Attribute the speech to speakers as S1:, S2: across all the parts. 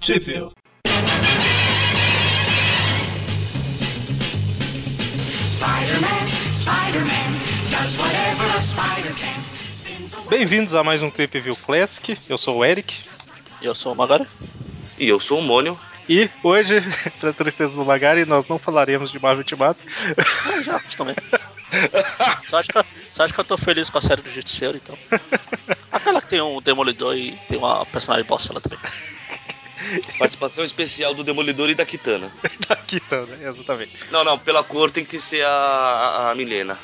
S1: Sheffield.
S2: Spider-Man, Spider-Man does whatever a spider can. Spins away.
S1: Bem-vindos a mais um Trip View Classic. Eu sou o Eric.
S3: Eu sou o Magara.
S4: E eu sou o Mônio.
S1: E hoje, pra tristeza do Magari, nós não falaremos de Marvel Ultimato.
S3: Eu já acostumei. só, acho que, só acho que eu tô feliz com a série do Justiceiro, então. Aquela que tem um Demolidor e tem uma personagem bossa lá também.
S4: Participação especial do Demolidor e da Kitana.
S1: Daqui, tá, né? Exatamente.
S4: Não, não, pela cor tem que ser a, a- a Milena.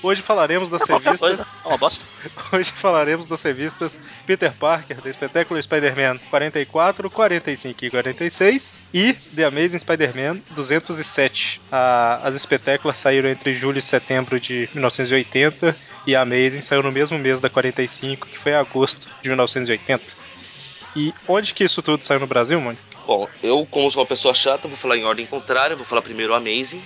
S1: Hoje falaremos das
S3: É qualquer coisa,
S1: revistas.
S3: é uma bosta.
S1: Hoje falaremos das revistas Peter Parker, The Espetáculo Spider-Man 44, 45 e 46 e The Amazing Spider-Man 207. A- as espetáculas saíram entre julho e setembro de 1980 e a Amazing saiu no mesmo mês da 45, que foi agosto de 1980. E onde que isso tudo saiu no Brasil, mano?
S4: Bom, eu, como sou uma pessoa chata, vou falar em ordem contrária, vou falar primeiro a Amazing.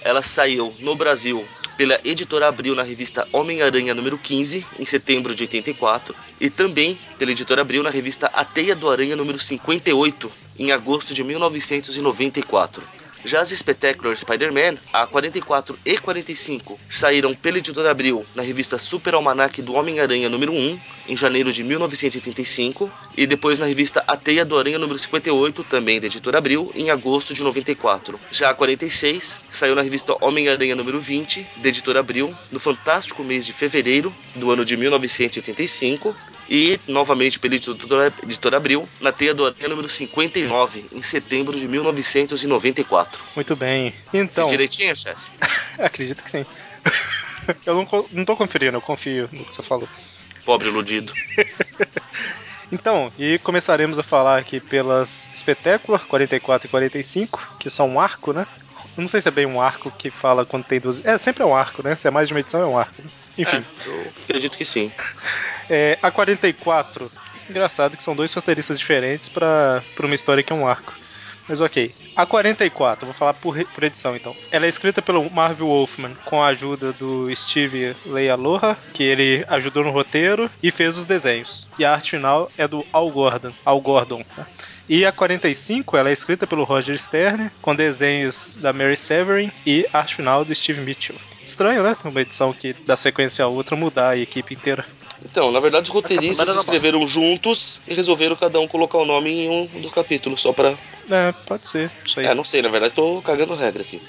S4: Ela saiu no Brasil pela editora Abril na revista Homem-Aranha número 15, em setembro de 84, e também pela editora Abril na revista A Teia do Aranha número 58, em agosto de 1994. Já as Spectacular Spider-Man, a 44 e 45, saíram pela editora Abril na revista Super Almanac do Homem-Aranha número 1, em janeiro de 1985, e depois na revista A Teia do Aranha número 58, também da editora Abril, em agosto de 94. Já a 46 saiu na revista Homem-Aranha número 20, da editora Abril, no fantástico mês de fevereiro do ano de 1985. E, novamente, pela editora, editora Abril, na Teia do Aranha número 59, em setembro de 1994.
S1: Muito bem.
S4: Fiz
S1: Então,
S4: direitinho, chefe?
S1: acredito que sim. eu não, co- não tô conferindo, eu confio no que você falou.
S4: Pobre iludido.
S1: Então, e começaremos a falar aqui pelas espetáculas 44 e 45, que são um arco, né? Eu Não sei se é bem um arco que fala quando tem duas. É, sempre é um arco, né? Se é mais de uma edição, é um arco. né? Enfim,
S4: É, Eu acredito que sim.
S1: é, a 44. Engraçado que são dois roteiristas diferentes pra pra uma história que é um arco. Mas ok. A 44, vou falar por, re- por edição então. Ela é escrita pelo Marvel Wolfman, com a ajuda do Steve Leialoha, que ele ajudou no roteiro e fez os desenhos. E a arte final é do Al Gordon. Al Gordon né? E a 45, ela é escrita pelo Roger Stern, com desenhos da Mary Severin e arte final do Steve Mitchell. Estranho, né? Uma edição que dá sequência a outra mudar a equipe inteira.
S4: Então, na verdade, os roteiristas
S3: primeira era
S4: escreveram juntos e resolveram cada um colocar o nome em um do capítulo, só pra.
S1: É, pode ser. Isso aí.
S4: É, não sei, na verdade, tô cagando regra aqui.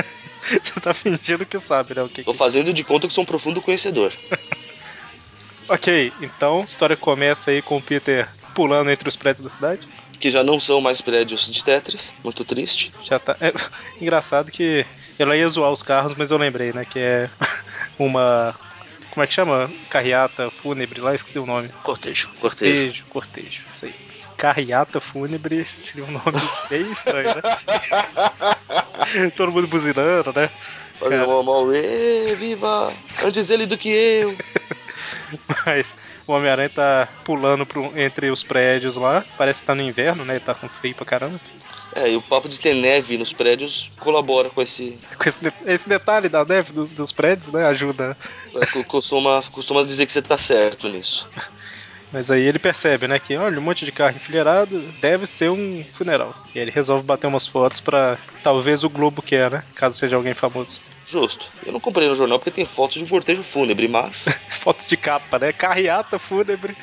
S1: Você tá fingindo que sabe, né? O que
S4: Tô
S1: que-
S4: fazendo de conta que sou um profundo conhecedor.
S1: Ok, então a história começa aí com o Peter pulando entre os prédios da cidade.
S4: Que já não são mais prédios de Tetris, muito triste.
S1: Já tá. é, engraçado que ela ia zoar os carros, mas eu lembrei, né? Que é uma. Como é que chama? Carreata fúnebre lá, esqueci o nome.
S3: Cortejo.
S1: Cortejo,
S4: Cortejo.
S1: cortejo, isso aí. Carreata fúnebre seria um nome bem estranho, né? Todo mundo buzinando, né?
S4: Fazendo uma mal, ê, viva! Antes ele do que eu!
S1: Mas o Homem-Aranha tá pulando pro- entre os prédios lá. Parece que tá no inverno, né? Ele tá com frio pra caramba.
S4: É, e o papo de ter neve nos prédios colabora com esse.
S1: Com esse, de- esse detalhe da neve do- dos prédios, né? Ajuda.
S4: é, co- Costuma, costuma dizer que você tá certo nisso.
S1: Mas aí ele percebe, né? Que olha, um monte de carro enfileirado deve ser um funeral. E aí ele resolve bater umas fotos pra talvez o Globo quer, né? Caso seja alguém famoso.
S4: Justo. Eu não comprei no jornal porque tem fotos de um cortejo fúnebre, mas.
S1: Fotos de capa, né? Carreata fúnebre.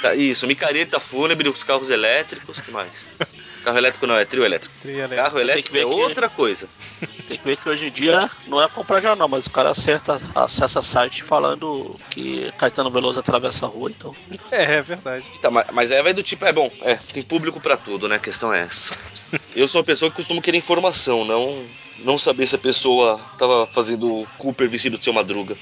S4: Tá, Isso, micareta fúnebre, os carros elétricos, que mais? Carro elétrico não, é trio elétrico.
S1: Trilha.
S4: Carro elétrico
S3: ver
S4: é
S3: aqui, né?
S4: outra coisa.
S3: Tem que ver que hoje em dia não é comprar jornal, mas o cara acerta, acessa site falando que Caetano Veloso atravessa a rua, então.
S1: É, é verdade.
S4: Tá, ma- mas aí vai do tipo, é bom, é, tem público pra tudo, né? A questão é essa. Eu sou uma pessoa que costumo querer informação, não não saber se a pessoa tava fazendo Cooper vestido de seu madruga.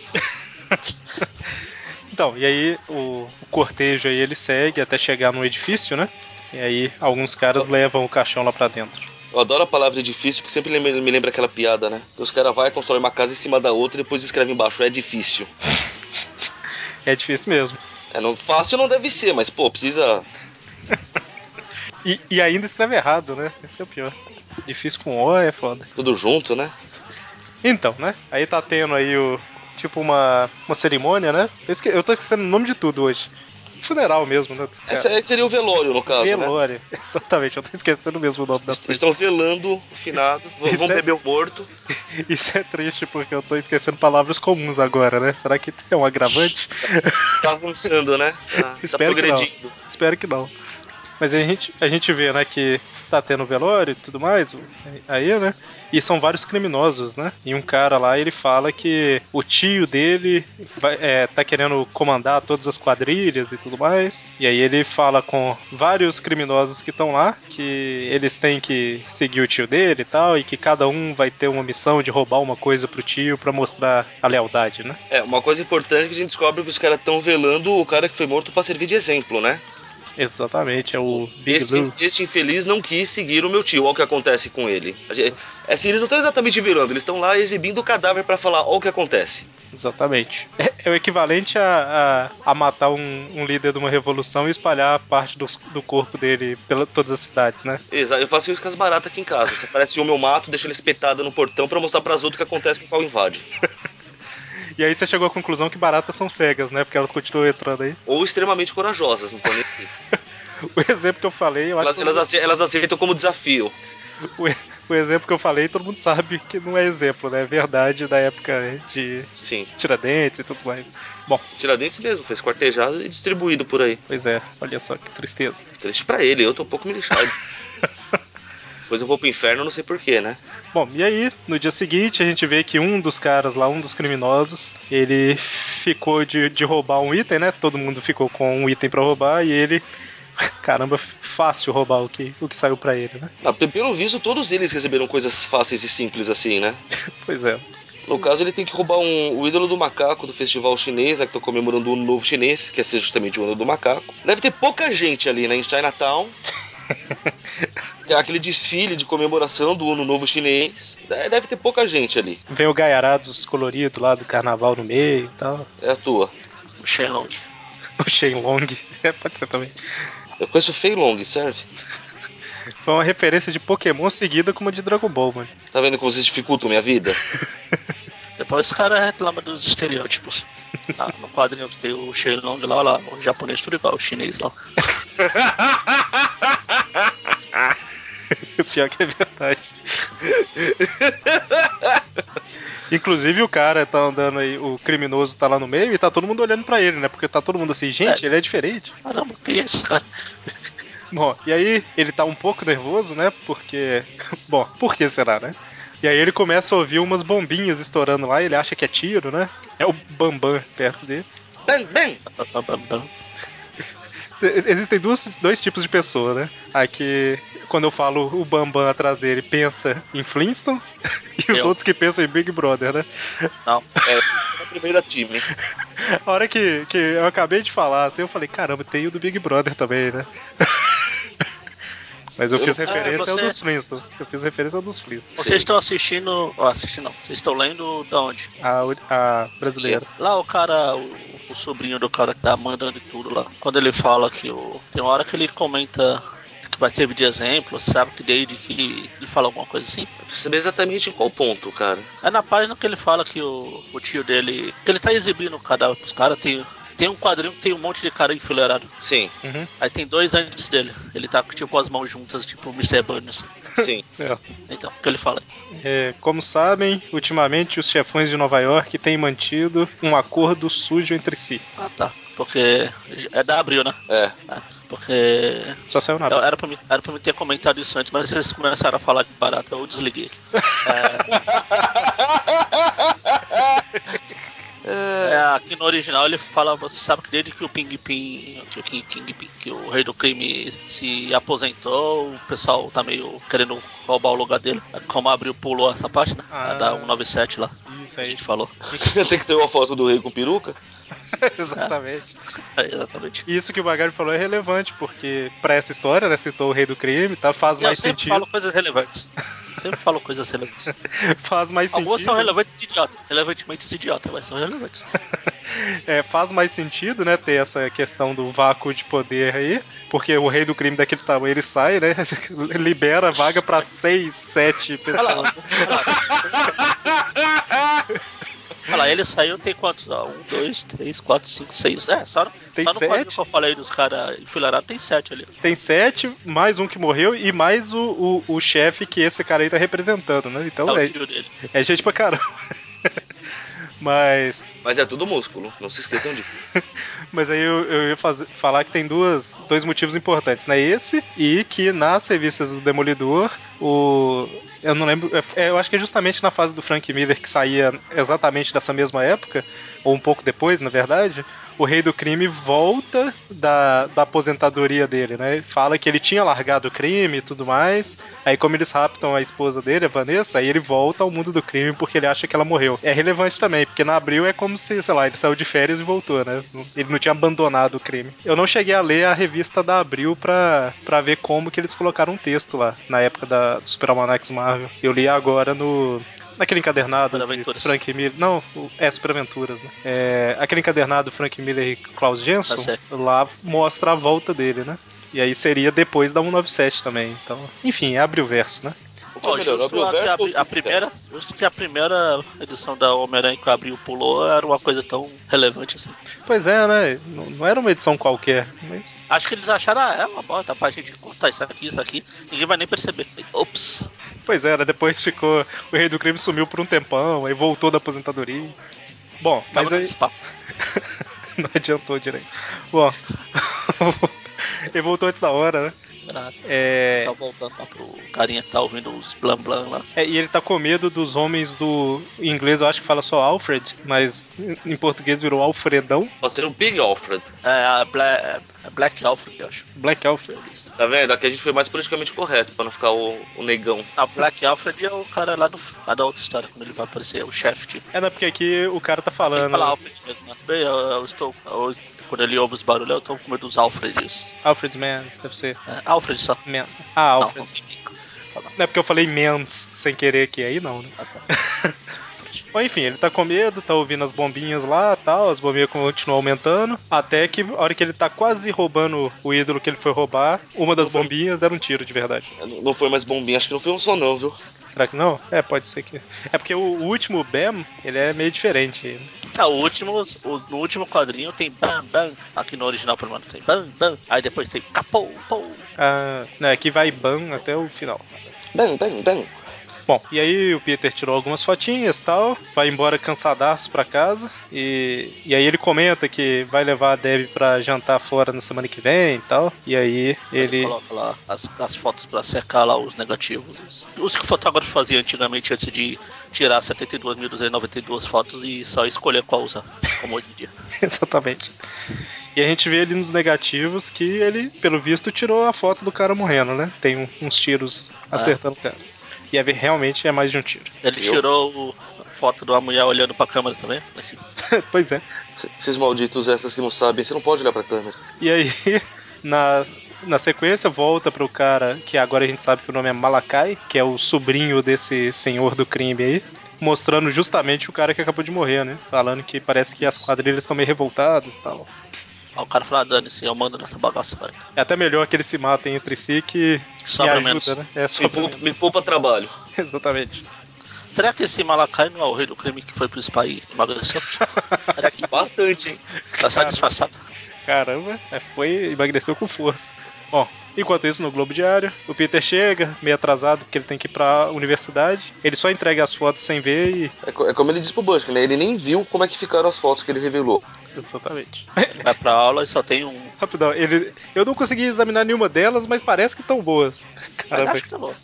S1: Então, e aí o, o cortejo aí ele segue até chegar num edifício, né? E aí alguns caras levam o caixão lá pra dentro.
S4: Eu adoro a palavra difícil, porque sempre lembra- me lembra aquela piada, né? Que os caras vai constrói uma casa em cima da outra e depois escreve embaixo, é difícil.
S1: É difícil mesmo.
S4: É, não, fácil não deve ser, mas pô, precisa.
S1: E, e ainda escreve errado, né? Esse é o pior. Difícil com O é foda.
S4: Tudo junto, né?
S1: Então, né? Aí tá tendo aí o. Tipo uma, uma cerimônia, né? Eu, esque- eu tô esquecendo o nome de tudo hoje. funeral mesmo, né?
S3: É.
S4: Esse aí seria o velório, no caso, é né? é
S1: Velório. Exatamente, eu tô esquecendo mesmo o nome das
S4: Eles
S1: coisas.
S4: estão velando o finado, vão
S1: Isso
S4: vão
S1: é-
S4: beber o morto.
S1: Isso é triste porque eu tô esquecendo palavras comuns agora, né? Será que é um agravante?
S4: Tá avançando, né? Tá, tá
S1: Espero que não.
S4: progredindo.
S1: Espero que não. Mas aí a gente, a gente vê, né, que tá tendo velório e tudo mais, aí, né? E são vários criminosos, né? E um cara lá, ele fala que o tio dele vai, é, tá querendo comandar todas as quadrilhas e tudo mais. E aí ele fala com vários criminosos que estão lá, que eles têm que seguir o tio dele e tal, e que cada um vai ter uma missão de roubar uma coisa pro tio pra mostrar a lealdade, né?
S4: É, uma coisa importante é que a gente descobre que os caras estão velando o cara que foi morto pra servir de exemplo, né?
S1: Exatamente, é o Big
S4: Este,
S1: Blue.
S4: este infeliz não quis seguir o meu tio, olha o que acontece com ele. A gente- é assim, eles não estão exatamente velando, eles estão lá exibindo o cadáver pra falar, olha o que acontece.
S1: Exatamente. É, é o equivalente a, a, a matar um, um líder de uma revolução e espalhar parte dos- do, corpo dele pela todas as cidades, né?
S4: Exato, eu faço isso com as baratas aqui em casa. Se aparece uma, eu mato, deixo ela espetada no portão pra mostrar pras outras o que acontece com o pau invade.
S1: E aí você chegou à conclusão que baratas são cegas, né? Porque elas continuam entrando aí.
S4: Ou extremamente corajosas, não tô nem aqui.
S1: O exemplo que eu falei, eu acho
S4: Elas,
S1: que
S4: elas
S1: todo
S4: ace- elas aceitam como desafio.
S1: mundo- o, o exemplo que eu falei, todo mundo sabe que não é exemplo, né? É verdade da época né? de
S4: Sim.
S1: Tiradentes e tudo mais.
S4: Tiradentes mesmo, fez quartejado e distribuído por aí.
S1: Pois é, olha só que tristeza.
S4: Triste pra ele, eu tô um pouco me lixado. Depois eu vou pro inferno, não sei porquê, né?
S1: Bom, e aí, no dia seguinte, a gente vê que um dos caras lá, um dos criminosos, ele ficou de, de roubar um item, né? Todo mundo ficou com um item pra roubar e ele. Caramba, fácil roubar o que, o que saiu pra ele, né?
S4: Ah, pe- pelo visto, todos eles receberam coisas fáceis e simples assim, né?
S1: Pois é.
S4: No caso, ele tem que roubar um, o ídolo do macaco do festival chinês, né? Que estão comemorando o ano novo chinês, que é ser justamente o ano do macaco. Deve ter pouca gente ali, né? Em Chinatown. É Aquele desfile de comemoração do ano novo chinês. É, Deve ter pouca gente ali.
S1: Vem o Gaiarados colorido lá do carnaval no meio e tal.
S4: É a tua.
S3: O Shenlong.
S1: O Shenlong. É, pode ser também.
S4: Eu conheço o Fei Long, serve?
S1: Foi uma referência de Pokémon seguida com uma de Dragon Ball, mano.
S4: Tá vendo como vocês dificultam minha vida?
S3: Depois esse cara reclama dos estereótipos. Ah, no quadrinho que tem o Shenlong lá, olha lá, o japonês tudo igual, o chinês lá.
S1: Pior que é verdade. Inclusive o cara tá andando aí, o criminoso tá lá no meio e tá todo mundo olhando pra ele, né? Porque tá todo mundo assim, gente, ele é diferente.
S3: Caramba, que é esse cara?
S1: Bom, e aí ele tá um pouco nervoso, né? Porque. Bom, por que será, né? E aí ele começa a ouvir umas bombinhas estourando lá, ele acha que é tiro, né? É o Bambam perto dele.
S4: Bang, bang!
S1: Existem duas, dois tipos de pessoa, né? A que, quando eu falo o Bambam atrás dele, pensa em Flintstones, e os
S3: Eu.
S1: outros que pensam em Big Brother, né?
S3: Não,
S4: É a primeira time.
S1: A hora que, que eu acabei de falar, assim, eu falei, caramba, tem o do Big Brother também, né? Mas eu fiz
S4: Ah,
S1: referência ao
S3: você-
S1: dos Flintstones. Eu fiz referência ao dos Flintstones.
S3: vocês estão assistindo. ó, assistindo não, vocês estão lendo da onde?
S1: A, a brasileira.
S3: Lá o cara, o, o sobrinho do cara que tá mandando e tudo lá, quando ele fala que o. Tem uma hora que ele comenta que vai servir de exemplo, sabe que desde que ele fala alguma coisa assim.
S4: Pra saber exatamente em qual ponto, cara.
S3: É na página que ele fala que o, o tio dele. que ele tá exibindo o cadáver pros caras, tem. Tem um quadrinho que tem um monte de cara enfileirado.
S4: Sim,
S1: Uhum,
S3: Aí tem dois antes dele. Ele tá tipo com as mãos juntas, tipo Mr. Burns.
S4: sim.
S1: certo.
S3: Então, o que ele fala?
S1: É, como sabem, ultimamente os chefões de Nova York têm mantido um acordo sujo entre si.
S3: Ah tá. Porque. É da abril, né?
S4: É.
S3: É, Porque
S1: Só saiu na
S3: Eu- era, pra mim, era pra mim ter comentado isso antes, mas vocês começaram a falar de barata, eu desliguei. É, é, aqui no original ele fala, você sabe que desde que o Ping Ping, que o King, King Ping, que o rei do crime se aposentou, o pessoal tá meio querendo roubar o lugar dele. É Como abriu pulou essa parte, né?
S1: Ah.
S3: É da 197 lá,
S1: Isso
S3: que a
S1: aí.
S3: gente falou.
S4: Tem que ser uma foto do rei com peruca?
S1: Exatamente.
S3: É, exatamente.
S1: Isso que o Bagari falou é relevante, porque pra essa história, né, citou o rei do crime, tá? Faz
S3: Eu
S1: mais
S3: sempre
S1: sentido.
S3: falo coisas relevantes. Sempre falo coisas relevantes.
S1: Faz mais
S3: Alguns são
S1: sentido.
S3: relevantes e idiotas. Relevantemente idiotas, mas são relevantes.
S1: É, faz mais sentido, né, ter essa questão do vácuo de poder aí, porque o rei do crime daquele tamanho ele sai, né, libera a vaga pra seis, sete pessoas.
S3: Olha lá, ele saiu tem quantos? Ó, um, dois, três, quatro, cinco, seis. É, só, no-
S1: Tem
S3: só no quadrinho
S1: sete? Então
S3: que eu falei dos caras enfileirados, tem sete ali.
S1: Tem sete, mais um que morreu e mais o, o, o chefe que esse cara aí tá representando, né?
S3: Tá
S1: Então
S3: o
S1: é,
S3: tio dele.
S1: é gente pra caramba. Mas
S4: Mas é tudo músculo, não se esqueçam disso.
S1: Mas aí eu, eu ia fazer- falar que tem duas, dois motivos importantes, né? Esse e que nas revistas do Demolidor, o. Eu não lembro. é- é, eu acho que é justamente na fase do Frank Miller que saía exatamente dessa mesma época, ou um pouco depois, na verdade, o rei do crime volta da, da aposentadoria dele, né? Ele Fala que ele tinha largado o crime e tudo mais. Aí, como eles raptam a esposa dele, a Vanessa, aí ele volta ao mundo do crime porque ele acha que ela morreu. É relevante também, porque na abril é como se, sei lá, ele saiu de férias e voltou, né? Ele não tinha abandonado o crime. Eu não cheguei a ler a revista da abril pra, pra ver como que eles colocaram um texto lá, na época da, do Super Almanacs Marvel. Eu li agora no. Naquele encadernado
S3: Super
S1: de
S3: Aventuras.
S1: Frank Miller. Não, o- é Super Aventuras, né? É, aquele encadernado Frank Miller e Klaus Jensen,
S3: Tá certo.
S1: lá mostra a volta dele, né? E aí seria depois da 197 também. Então, enfim, abre o verso, né?
S4: O que
S3: Ó,
S4: é melhor,
S3: justo
S4: abriu o
S3: até
S4: verso
S3: a,
S4: ou
S3: pri- a
S4: o
S3: primeira,
S4: verso?
S3: justo que a primeira edição da Homem-Aranha que o Abril pulou era uma coisa tão relevante assim.
S1: Pois é, né? Não, não era uma edição qualquer, mas.
S3: Acho que eles acharam, ah, é uma bota pra gente contar isso aqui, isso aqui, ninguém vai nem perceber. Ops.
S1: Pois é, né? Depois ficou. O Rei do Crime sumiu por um tempão, aí voltou da aposentadoria. Bom, mas
S3: Tava
S1: aí.
S3: nesse papo.
S1: Não adiantou direito. Bom. Ele voltou antes da hora, né?
S3: Ah,
S1: É,
S3: Tá voltando lá pro carinha que tá ouvindo os blam blam lá.
S1: É, e ele tá com medo dos homens do. Em inglês eu acho que fala só Alfred, mas em- em português virou Alfredão.
S4: Pode ser um Big Alfred.
S3: É, a Bla- é Black Alfred, eu acho.
S1: Black
S3: que
S1: Alfred.
S3: eu li isso.
S4: Tá vendo? Aqui a gente foi mais politicamente correto pra não ficar o, o negão.
S3: A Ah, Black Alfred é o cara lá, do, lá da outra história, quando ele vai aparecer, é o chefe, tipo.
S1: É, não, porque aqui o cara tá
S3: Tem que
S1: falando.
S3: falar Alfred mesmo, né? Bem, eu, eu estou. eu- quando ele ouve os barulhos, eu estou com medo dos Alfreds.
S1: Alfred's Mans, deve ser.
S3: É, Alfred só.
S1: Men. Ah,
S3: Não,
S1: Alfred.
S3: Não, não.
S1: Não é porque eu falei mens sem querer aqui, aí não, né?
S3: Ah, tá. Alfred.
S1: Bom, enfim, ele tá com medo, tá ouvindo as bombinhas lá tal, as bombinhas continuam aumentando. Até que a hora que ele tá quase roubando o ídolo que ele foi roubar, uma das bombinhas era um tiro de verdade.
S4: É, Não não foi mais bombinha, acho que não foi um só não, viu?
S1: Será que não? É, pode ser que. É porque o último Bam, ele é meio diferente.
S3: Ah, o último, o, no último quadrinho tem bam bam. Aqui no original, pelo menos, tem bam bam. Aí depois tem capou, pou.
S1: Ah, não, aqui vai ban até o final.
S4: Bem, bem, bem.
S1: Bom, e aí o Peter tirou algumas fotinhas e tal, vai embora cansadaço pra casa, e, e aí ele comenta que vai levar a Deb pra jantar fora na semana que vem e tal, e aí ele...
S3: coloca lá as, as fotos pra secar lá os negativos. Os, os que o fotógrafo fazia antigamente antes de tirar 72.292 fotos e só escolher qual usar, como hoje em dia.
S1: Exatamente. E a gente vê ali nos negativos que ele, pelo visto, tirou a foto do cara morrendo, né? Tem um- uns tiros acertando o cara. E é, ver- realmente é mais de um tiro.
S3: Ele
S4: Eu?
S3: tirou o- foto de uma mulher olhando pra câmera também. Assim,
S1: pois é.
S4: Esses malditos extras que não sabem, você não pode olhar pra câmera.
S1: E aí, na, na sequência, volta pro cara que agora a gente sabe que o nome é Malakai, que é o sobrinho desse senhor do crime aí. Mostrando justamente o cara que acabou de morrer, né? Falando que parece que as quadrilhas estão meio revoltadas e tal.
S3: Aí o cara fala, ah, dane-se, eu mando nessa bagaça, cara.
S1: É até melhor que eles se matem entre si que me
S3: Sobra
S1: ajuda,
S3: menos.
S1: né? É só
S4: Me poupa, me poupa trabalho.
S1: Exatamente.
S3: Será que esse Malakai não é o rei do crime que foi pro spa e emagreceu? Será que
S4: Bastante, hein?
S3: tá só disfarçado?
S1: Caramba, é, foi emagreceu com força. Bom, enquanto isso no Globo Diário, o Peter chega, meio atrasado porque ele tem que ir pra universidade. Ele só entrega as fotos sem ver e
S4: É, co- é como ele disse pro Bush, né? Ele nem viu como é que ficaram as fotos que ele revelou.
S1: Exatamente.
S3: Ele vai pra aula e só tem um.
S1: Rapidão, ele. Eu não consegui examinar nenhuma delas, mas parece que estão boas.
S3: Mas
S1: Caramba,
S3: acho que tá bom.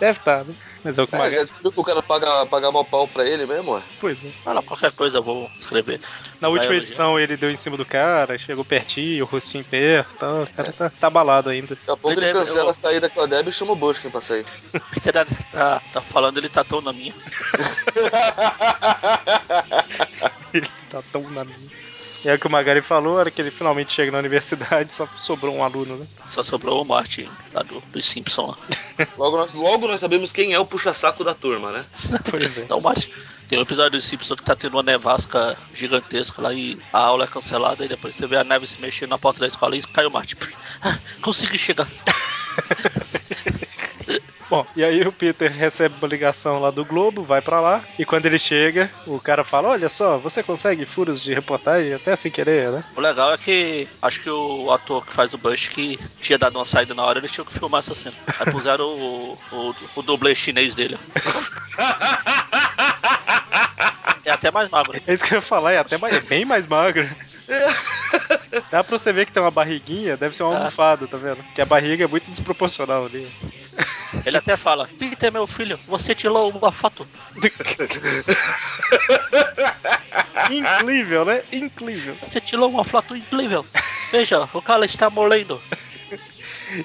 S1: deve estar, né? Mas é o que
S4: É, já
S1: mais.
S4: descobriu que o cara paga, paga mal pau pra ele mesmo, é?
S1: Pois é.
S3: Ah, não, qualquer coisa eu vou escrever.
S1: Na última
S3: elogiar.
S1: edição ele deu em cima do cara, chegou pertinho, o rostinho perto, tá, o cara tá, tá abalado ainda.
S4: Daqui a pouco
S3: Ele
S4: ele
S3: deve-
S4: cancela
S3: eu-
S4: a saída com a Deb e chama o Bushkin pra sair.
S3: Peter tá, tá falando, ele tá tão na minha.
S1: Ele tá tão na minha. É o que o Magari falou, a hora que ele finalmente chega na universidade, só sobrou um aluno, né?
S3: Só sobrou o Martin lá do, dos Simpsons lá.
S4: Logo nós, logo nós sabemos quem é o puxa-saco da turma, né?
S1: Pois é.
S3: Então, Martin. Tem um episódio dos Simpsons que tá tendo uma nevasca gigantesca lá e a aula é cancelada e depois você vê a neve se mexendo na tipo, porta da escola e cai o Martin. Ah, consegui chegar.
S1: Bom, e aí o Peter recebe uma ligação lá do Globo, vai pra lá, e quando ele chega, o cara fala: Olha só, você consegue furos de reportagem até sem querer, né?
S3: O legal é que acho que o ator que faz o Bush que tinha dado uma saída na hora, eles tinham que filmar essa cena. Aí puseram o, o, o dublê chinês dele. É até mais magro.
S1: É isso que eu ia falar, é até mais, é bem mais magro. Dá pra você ver que tem uma barriguinha, deve ser uma
S3: Ah.
S1: almofada, tá vendo? Que a barriga é muito desproporcional ali.
S3: Ele até fala: Peter, meu filho, você tirou uma foto.
S1: Incrível, né? Incrível.
S3: Você tirou uma foto incrível. Veja, o cara está molendo.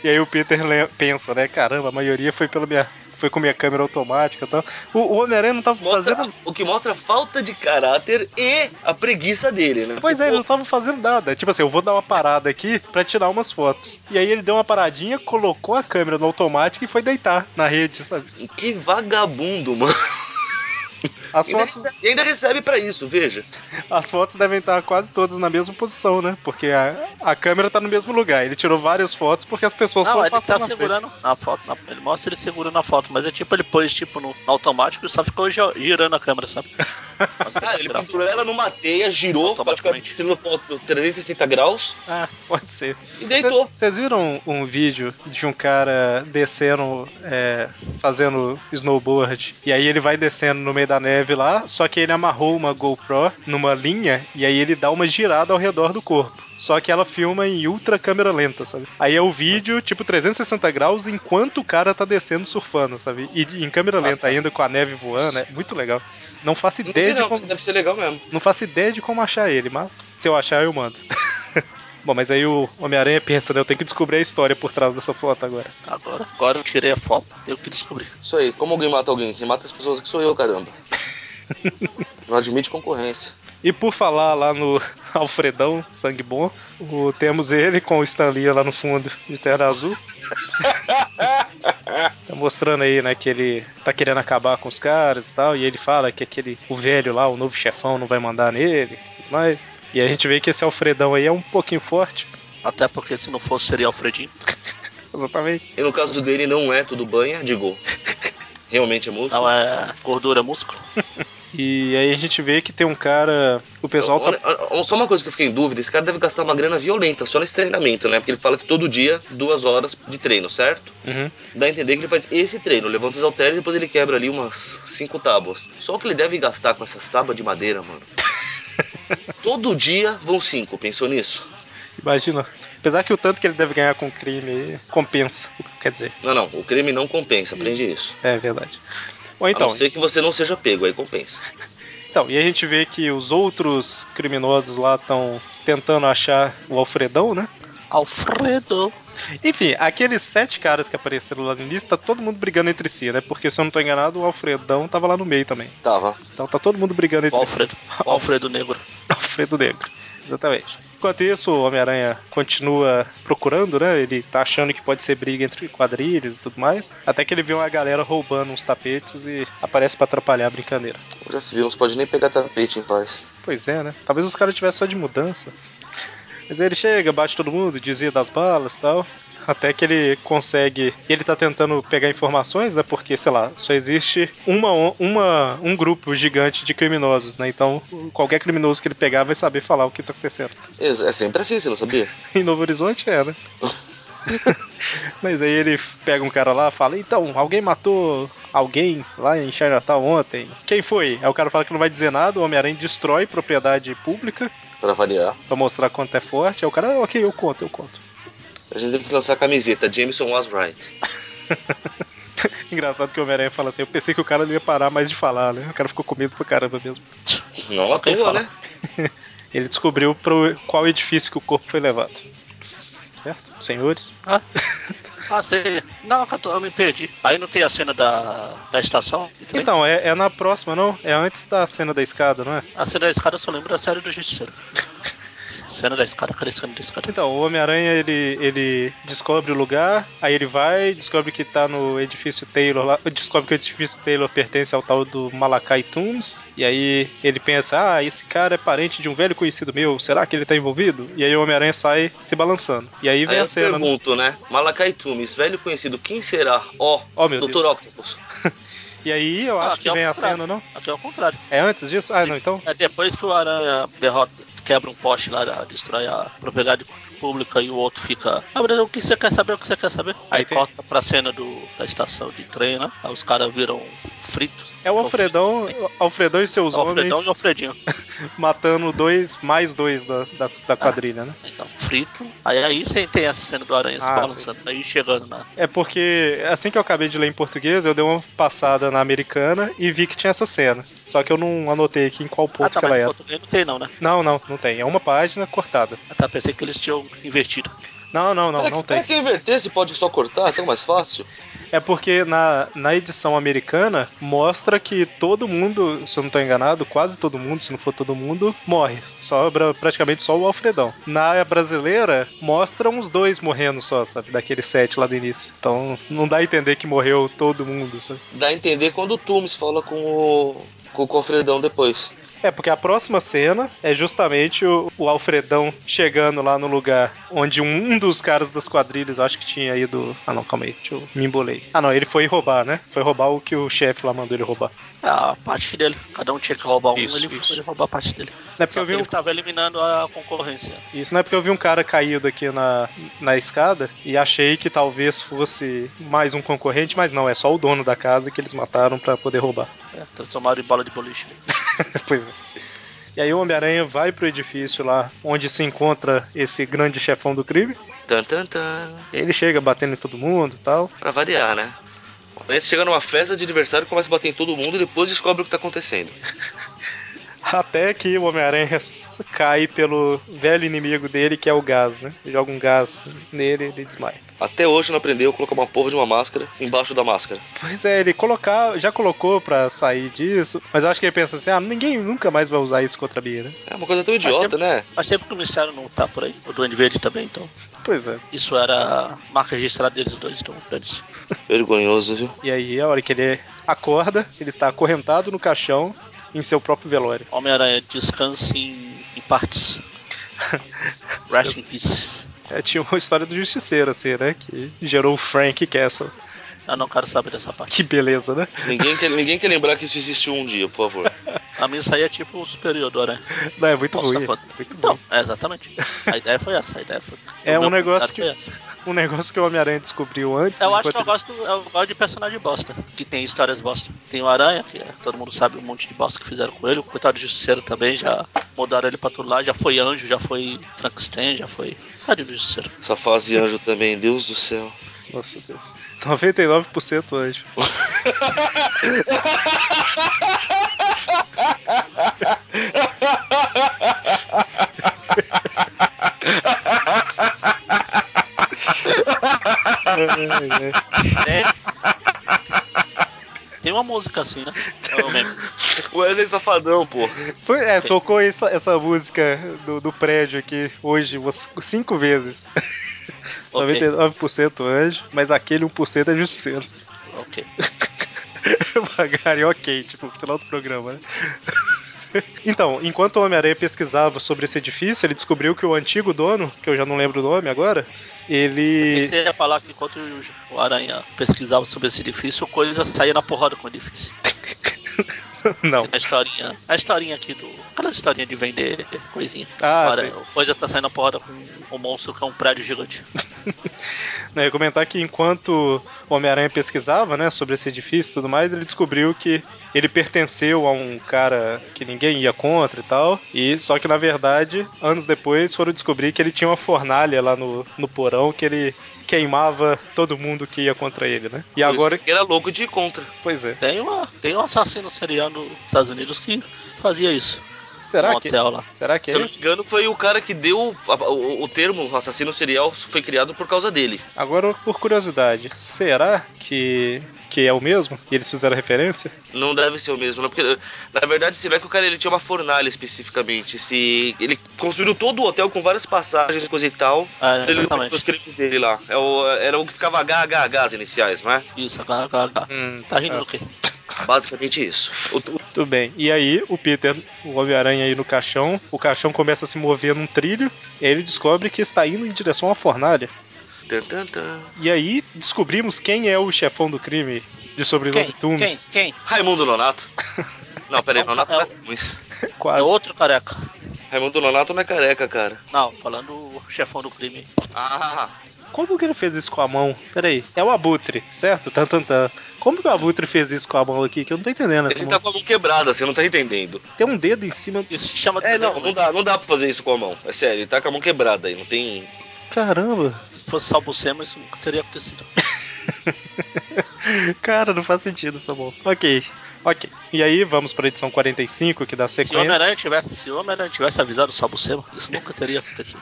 S1: E aí o Peter le- pensa, né? Caramba, a maioria foi pela minha. Foi com minha câmera automática e tal. O, o Homem-Aranha não tava
S4: Mostra-
S1: fazendo.
S4: O que mostra a falta de caráter e a preguiça dele, né?
S1: Pois é, ele
S4: Pô,
S1: não tava fazendo nada. Tipo assim, eu vou dar uma parada aqui pra tirar umas fotos. E aí ele deu uma paradinha, colocou a câmera no automático e foi deitar na rede, sabe?
S4: Que vagabundo, mano.
S1: As
S4: E ainda,
S1: fotos,
S4: recebe, e ainda recebe pra isso, veja.
S1: as fotos devem estar quase todas na mesma posição, né? Porque a, a câmera tá no mesmo lugar. Ele tirou várias fotos porque as pessoas
S3: Não,
S1: foram
S3: ele tá
S1: passando na frente.
S3: segurando na foto. na- ele mostra ele segurando a foto, mas é tipo, ele pôs tipo no, no automático e só ficou gi- girando a câmera, sabe? Nossa,
S4: Ah, ele
S3: tirar foto.
S4: pendurou ela numa teia, girou, pra ficar
S3: Automaticamente.
S4: tirando foto 360 graus
S1: Ah, pode ser.
S4: e deitou.
S1: Vocês viram um, um vídeo de um cara descendo, é, fazendo snowboard, e aí ele vai descendo no meio da neve lá, só que ele amarrou uma GoPro numa linha, e aí ele dá uma girada ao redor do corpo. Só que ela filma em ultra câmera lenta, sabe? Aí é o vídeo, tipo, 360 graus, enquanto o cara tá descendo surfando, sabe? E em câmera lenta ainda, com a neve voando, é muito legal. Não faço
S4: Não,
S1: ideia de
S4: não,
S1: como...
S4: mas deve ser legal mesmo.
S1: Não faço ideia de como achar ele, mas se eu achar, eu mando. Bom, mas aí o Homem-Aranha pensa, né? Eu tenho que descobrir a história por trás dessa foto agora.
S3: Agora, agora eu tirei a foto, tenho que descobrir.
S4: Isso aí, como alguém mata alguém? Quem mata as pessoas aqui sou eu, caramba. Não admite concorrência.
S1: E por falar lá no Alfredão, sangue bom, o- temos ele com o Stanley lá no fundo de Terra Azul. tá mostrando aí, né, que ele tá querendo acabar com os caras e tal, e ele fala que aquele o velho lá, o novo chefão, não vai mandar nele e tudo mais. E a gente vê que esse Alfredão aí é um pouquinho forte,
S3: Até porque se não fosse seria Alfredinho.
S1: exatamente.
S4: E no caso dele não é tudo banha, digo. Realmente é músico.
S1: Ah,
S3: Não é gordura, é músculo.
S1: E aí a gente vê que tem um cara. O pessoal tá.
S4: Olha, olha, Só uma coisa que eu fiquei em dúvida, esse cara deve gastar uma grana violenta só nesse treinamento, né? Porque ele fala que todo dia, duas horas de treino, certo?
S1: Uhum.
S4: Dá a entender que ele faz esse treino, levanta os halteres e depois ele quebra ali umas cinco tábuas. Só o que ele deve gastar com essas tábuas de madeira, mano. Todo dia vão cinco, pensou nisso?
S1: Imagina. Apesar que o tanto que ele deve ganhar com o crime aí, compensa. Quer dizer,
S4: Não, não, o crime não compensa, aprende isso.
S1: é verdade. Ou então,
S4: Então, a não ser que você não seja pego, aí compensa.
S1: então, e a gente vê que os outros criminosos lá estão tentando achar o Alfredão, né?
S3: Alfredo.
S1: Enfim, aqueles sete caras que apareceram lá no início, tá todo mundo brigando entre si, né? Porque se eu não tô enganado, o Alfredão tava lá no meio também.
S4: Tava.
S1: Então tá todo mundo brigando
S3: O
S1: entre si.
S3: Alfredo. O Alfredo Negro.
S1: Alfredo Negro. Exatamente. Enquanto isso, o Homem-Aranha continua procurando, né? Ele tá achando que pode ser briga entre quadrilhas e tudo mais. Até que ele vê uma galera roubando uns tapetes e aparece pra atrapalhar a brincadeira.
S4: Já se viu, não se pode nem pegar tapete em paz.
S1: Pois é, né? Talvez os caras tivessem só de mudança. Mas aí ele chega, bate todo mundo, desvia das balas e tal. Até que ele consegue. e Ele tá tentando pegar informações, né? Porque, sei lá, só existe uma, on- uma, um grupo gigante de criminosos, né? Então qualquer criminoso que ele pegar vai saber falar o que tá acontecendo.
S4: É é sempre assim, você não sabia?
S1: Em Novo Horizonte é, né? Mas aí ele pega um cara lá fala, então, alguém matou alguém lá em Chinatown ontem. Quem foi? Aí o cara fala que não vai dizer nada, o Homem-Aranha destrói propriedade pública
S4: Pra variar.
S1: pra mostrar quanto é forte. Aí o cara, ok, eu conto, eu conto.
S4: A gente tem que lançar a camiseta, Jameson was right.
S1: Engraçado que o Homem-Aranha fala assim, eu pensei que o cara não ia parar mais de falar, né? O cara ficou com medo pra caramba mesmo.
S4: Não à
S3: Quem
S4: toa,
S3: fala?
S4: né?
S1: Ele descobriu pro qual edifício que o corpo foi levado. Certo? Senhores?
S3: Ah, ah sei. Não, Cato, eu me perdi. Aí não tem a cena da, da estação? entendeu?
S1: Então, é, é na próxima, não? É antes da cena da escada, não é?
S3: A cena da escada eu só lembro da série do Justiceiro. Descendo da escada, cara, descendo da escada.
S1: Então, o Homem-Aranha ele, ele descobre o lugar, aí ele vai, descobre que tá no edifício Taylor lá, descobre que o edifício Taylor pertence ao tal do Malakai Tombs, e aí ele pensa: ah, esse cara é parente de um velho conhecido meu, será que ele tá envolvido? E aí o Homem-Aranha sai se balançando. E aí vem
S4: Aí
S1: a
S4: eu
S1: cena. no-
S4: pergunto, né? Malakai Tumis, velho conhecido, quem será? Ó,
S1: Oh, meu
S4: Dr.
S1: Deus.
S4: Octopus.
S1: E aí eu
S3: Ah,
S1: acho
S3: aqui
S1: que
S3: é o
S1: vem a
S3: contrário.
S1: cena, não?
S3: Aqui é o contrário.
S1: É antes disso? Ah, não, então.
S3: É depois que o Aranha derrota, quebra um poste lá, já destrói a propriedade pública e o outro fica. Ah, Bruno, o que você quer saber? O que você quer saber? Aí
S1: tem-
S3: corta pra cena do, da estação de trem, né? Aí os caras viram fritos.
S1: É o Alfredão, Alfredão e seus
S3: Os Alfredão
S1: homens
S3: e Alfredinho.
S1: matando dois, mais dois da, da, da quadrilha, né?
S3: Então, frito. Aí aí você tem essa cena do Aranha se
S1: Ah,
S3: balançando, né? aí chegando na.
S1: É porque assim que eu acabei de ler em português, eu dei uma passada na americana e vi que tinha essa cena. Só que eu não anotei aqui em qual ponto
S3: ah, tá,
S1: que
S3: mas
S1: ela é.
S3: em
S1: era.
S3: português não tem não, né?
S1: Não, não, não tem. É uma página cortada.
S3: Ah, tá, pensei que eles tinham invertido.
S1: Não, não, não,
S4: Pra-
S1: não
S4: Pra
S1: tem.
S4: que inverter se pode só cortar? É tão mais fácil.
S1: É porque na, na edição americana mostra que todo mundo, se eu não tô enganado, quase todo mundo, se não for todo mundo, morre. Sobra praticamente só o Alfredão. Na brasileira, mostram os dois morrendo só, sabe? Daquele set lá do início. Então não dá a entender que morreu todo mundo, sabe?
S4: Dá a entender quando o Tumis fala com o. com o Cofredão depois.
S1: É, porque a próxima cena é justamente o, o Alfredão chegando lá no lugar onde um dos caras das quadrilhas, eu acho que tinha ido. Ah, não, calma aí, deixa eu me embolei. Ah, não, ele foi roubar, né? Foi roubar o que o chefe lá mandou ele roubar.
S3: É a parte dele. Cada um tinha que roubar um,
S1: Isso,
S3: ele
S1: isso.
S3: foi roubar a parte dele.
S1: Não é porque
S3: Só
S1: eu
S3: que
S1: vi um,
S3: ele tava eliminando a concorrência.
S1: isso não é porque eu vi um cara caído aqui na, na escada e achei que talvez fosse mais um concorrente, mas não, é só o dono da casa que eles mataram pra poder roubar.
S3: É, transformaram em bola de boliche. né?
S1: pois é. E aí o Homem-Aranha vai pro edifício lá onde se encontra esse grande chefão do crime.
S4: Tan, tan, tan.
S1: Ele chega batendo em todo mundo e tal.
S4: Pra variar, né? Aí você chega numa festa de aniversário, começa a bater em todo mundo e depois descobre o que tá acontecendo.
S1: Até que o Homem-Aranha cai pelo velho inimigo dele, que é o gás, né? Ele joga um gás nele e ele desmaia.
S4: Até hoje não aprendeu a colocar uma porra de uma máscara embaixo da máscara.
S1: Pois é, ele colocar, já colocou pra sair disso, mas eu acho que ele pensa assim: ah, ninguém nunca mais vai usar isso contra mim, né?
S4: É uma coisa tão idiota, né?
S3: Mas sempre que o Mistério não tá por aí, o Duende Verde também, então.
S1: Pois é.
S3: Isso era a marca registrada deles dois, então dane-se.
S4: Vergonhoso, viu?
S1: E aí, a hora que ele acorda, ele está acorrentado no caixão em seu próprio velório.
S3: Homem-Aranha descansa em, em partes. Rest in peace.
S1: É, tinha uma história do Justiceiro, assim, né? Que gerou o Frank Castle.
S3: Eu não quero saber dessa parte.
S1: Que beleza, né?
S4: Ninguém quer, ninguém quer lembrar que isso existiu um dia, por favor.
S3: A mim isso aí é tipo o superior do Aranha.
S1: Não, é muito
S3: Nossa,
S1: ruim.
S3: foda.
S1: Muito
S3: Então,
S1: ruim.
S3: é exatamente. A ideia foi essa, a ideia foi.
S1: É
S3: o
S1: um
S3: meu
S1: negócio
S3: comentário
S1: que-
S3: foi essa.
S1: Um negócio que o Homem-Aranha descobriu antes.
S3: Eu acho
S1: enquanto
S3: que eu
S1: ele-
S3: gosto, eu gosto de personagem bosta, que tem histórias bosta. Tem o Aranha, que é- todo mundo sabe um monte de bosta que fizeram com ele. O coitado do Justiceiro também, já mudaram ele pra tudo lá. Já foi Anjo, já foi Frankenstein, já foi. Cadê do Justiceiro?
S4: Essa fase anjo também, Deus do céu.
S1: Nossa Deus. 99% anjo. É, é.
S3: Tem uma música assim, né? Eu mesmo.
S4: Wesley é Safadão, pô.
S1: Foi- é, tocou essa, essa música do, do prédio aqui hoje umas cinco vezes.
S3: Ok,
S1: 99% anjo, mas aquele 1% é justiceiro.
S3: ok.
S1: Magari, ok, tipo, final do programa, né? Então, enquanto o Homem-Aranha pesquisava sobre esse edifício, ele descobriu que o antigo dono, que eu já não lembro o nome agora, ele.
S3: Você ia falar que enquanto o Aranha pesquisava sobre esse edifício, o Coisa saía na porrada com o edifício.
S1: Não.
S3: A historinha, a historinha aqui do. Aquela historinha de vender coisinha.
S1: Ah,
S3: o, Aranha, o Coisa tá saindo na porrada com o monstro que é um prédio gigante.
S1: né, eu ia comentar que enquanto o Homem-Aranha pesquisava, né, sobre esse edifício e tudo mais, ele descobriu que ele pertenceu a um cara que ninguém ia contra e tal, e só que na verdade, anos depois foram descobrir que ele tinha uma fornalha lá no, no porão que ele queimava todo mundo que ia contra ele, né? E agora,
S4: Isso, Era louco de ir contra.
S1: pois é.
S3: Tem, uma, tem um assassino serial nos Estados Unidos que fazia isso.
S1: Será
S3: no
S1: que,
S3: hotel lá.
S1: será que
S4: Se eu
S1: é
S4: não me
S1: esse?
S4: engano, foi o cara que deu a- o, o termo assassino serial foi criado por causa dele.
S1: Agora, por curiosidade, será que, que é o mesmo? E eles fizeram referência?
S4: Não deve ser o mesmo, né? Porque, na verdade, se não é que o cara ele tinha uma fornalha especificamente. Se ele construiu todo o hotel com várias passagens, coisa e tal.
S3: É,
S4: Ele
S3: exatamente.
S4: os clipes dele lá. É o- era o que ficava HH, as iniciais, não é?
S3: Isso, agora, agora, agora.
S1: Hum,
S3: Tá rindo
S1: ah,
S3: do quê?
S4: Basicamente isso. O, o-
S1: Muito Ah, bem. E aí, o Peter, o Homem-Aranha aí no caixão, o caixão começa a se mover num trilho, e aí ele descobre que está indo em direção à fornalha.
S4: tan, tan, tan.
S1: E aí, descobrimos quem é o chefão do crime de
S3: Quem?
S1: sobrenome
S3: Quem?
S1: Toomes.
S3: Quem?
S4: Raimundo Nonato. Não, pera aí,
S3: Não,
S4: Nonato
S3: é
S4: não
S3: o-
S4: é Gomes.
S1: Quase.
S3: É outro careca.
S4: Raimundo Nonato não é careca, cara.
S3: Não, falando o chefão do crime.
S4: Ah,
S1: Como que ele fez isso com a mão? Peraí, é o Abutre, certo? Tan, tan, tan. Como que o Abutre fez isso com a mão aqui? Que eu não tô entendendo essa
S4: ele
S1: mão.
S4: tá com a mão quebrada, você não tá entendendo.
S1: Tem um dedo em cima.
S3: Isso se chama
S4: É, não, não
S3: desenvolvimento.
S4: dá, não dá pra fazer isso com a mão. É sério, ele tá com a mão quebrada aí, não tem.
S1: Caramba!
S3: Se fosse Salbucema, isso nunca teria acontecido.
S1: Cara, não faz sentido essa mão. Ok, ok. E aí, vamos pra edição 45, que dá
S3: Se o
S1: sequência.
S3: Homem-Aranha tivesse, se o Homem-Aranha tivesse avisado o Salbucema, isso nunca teria acontecido.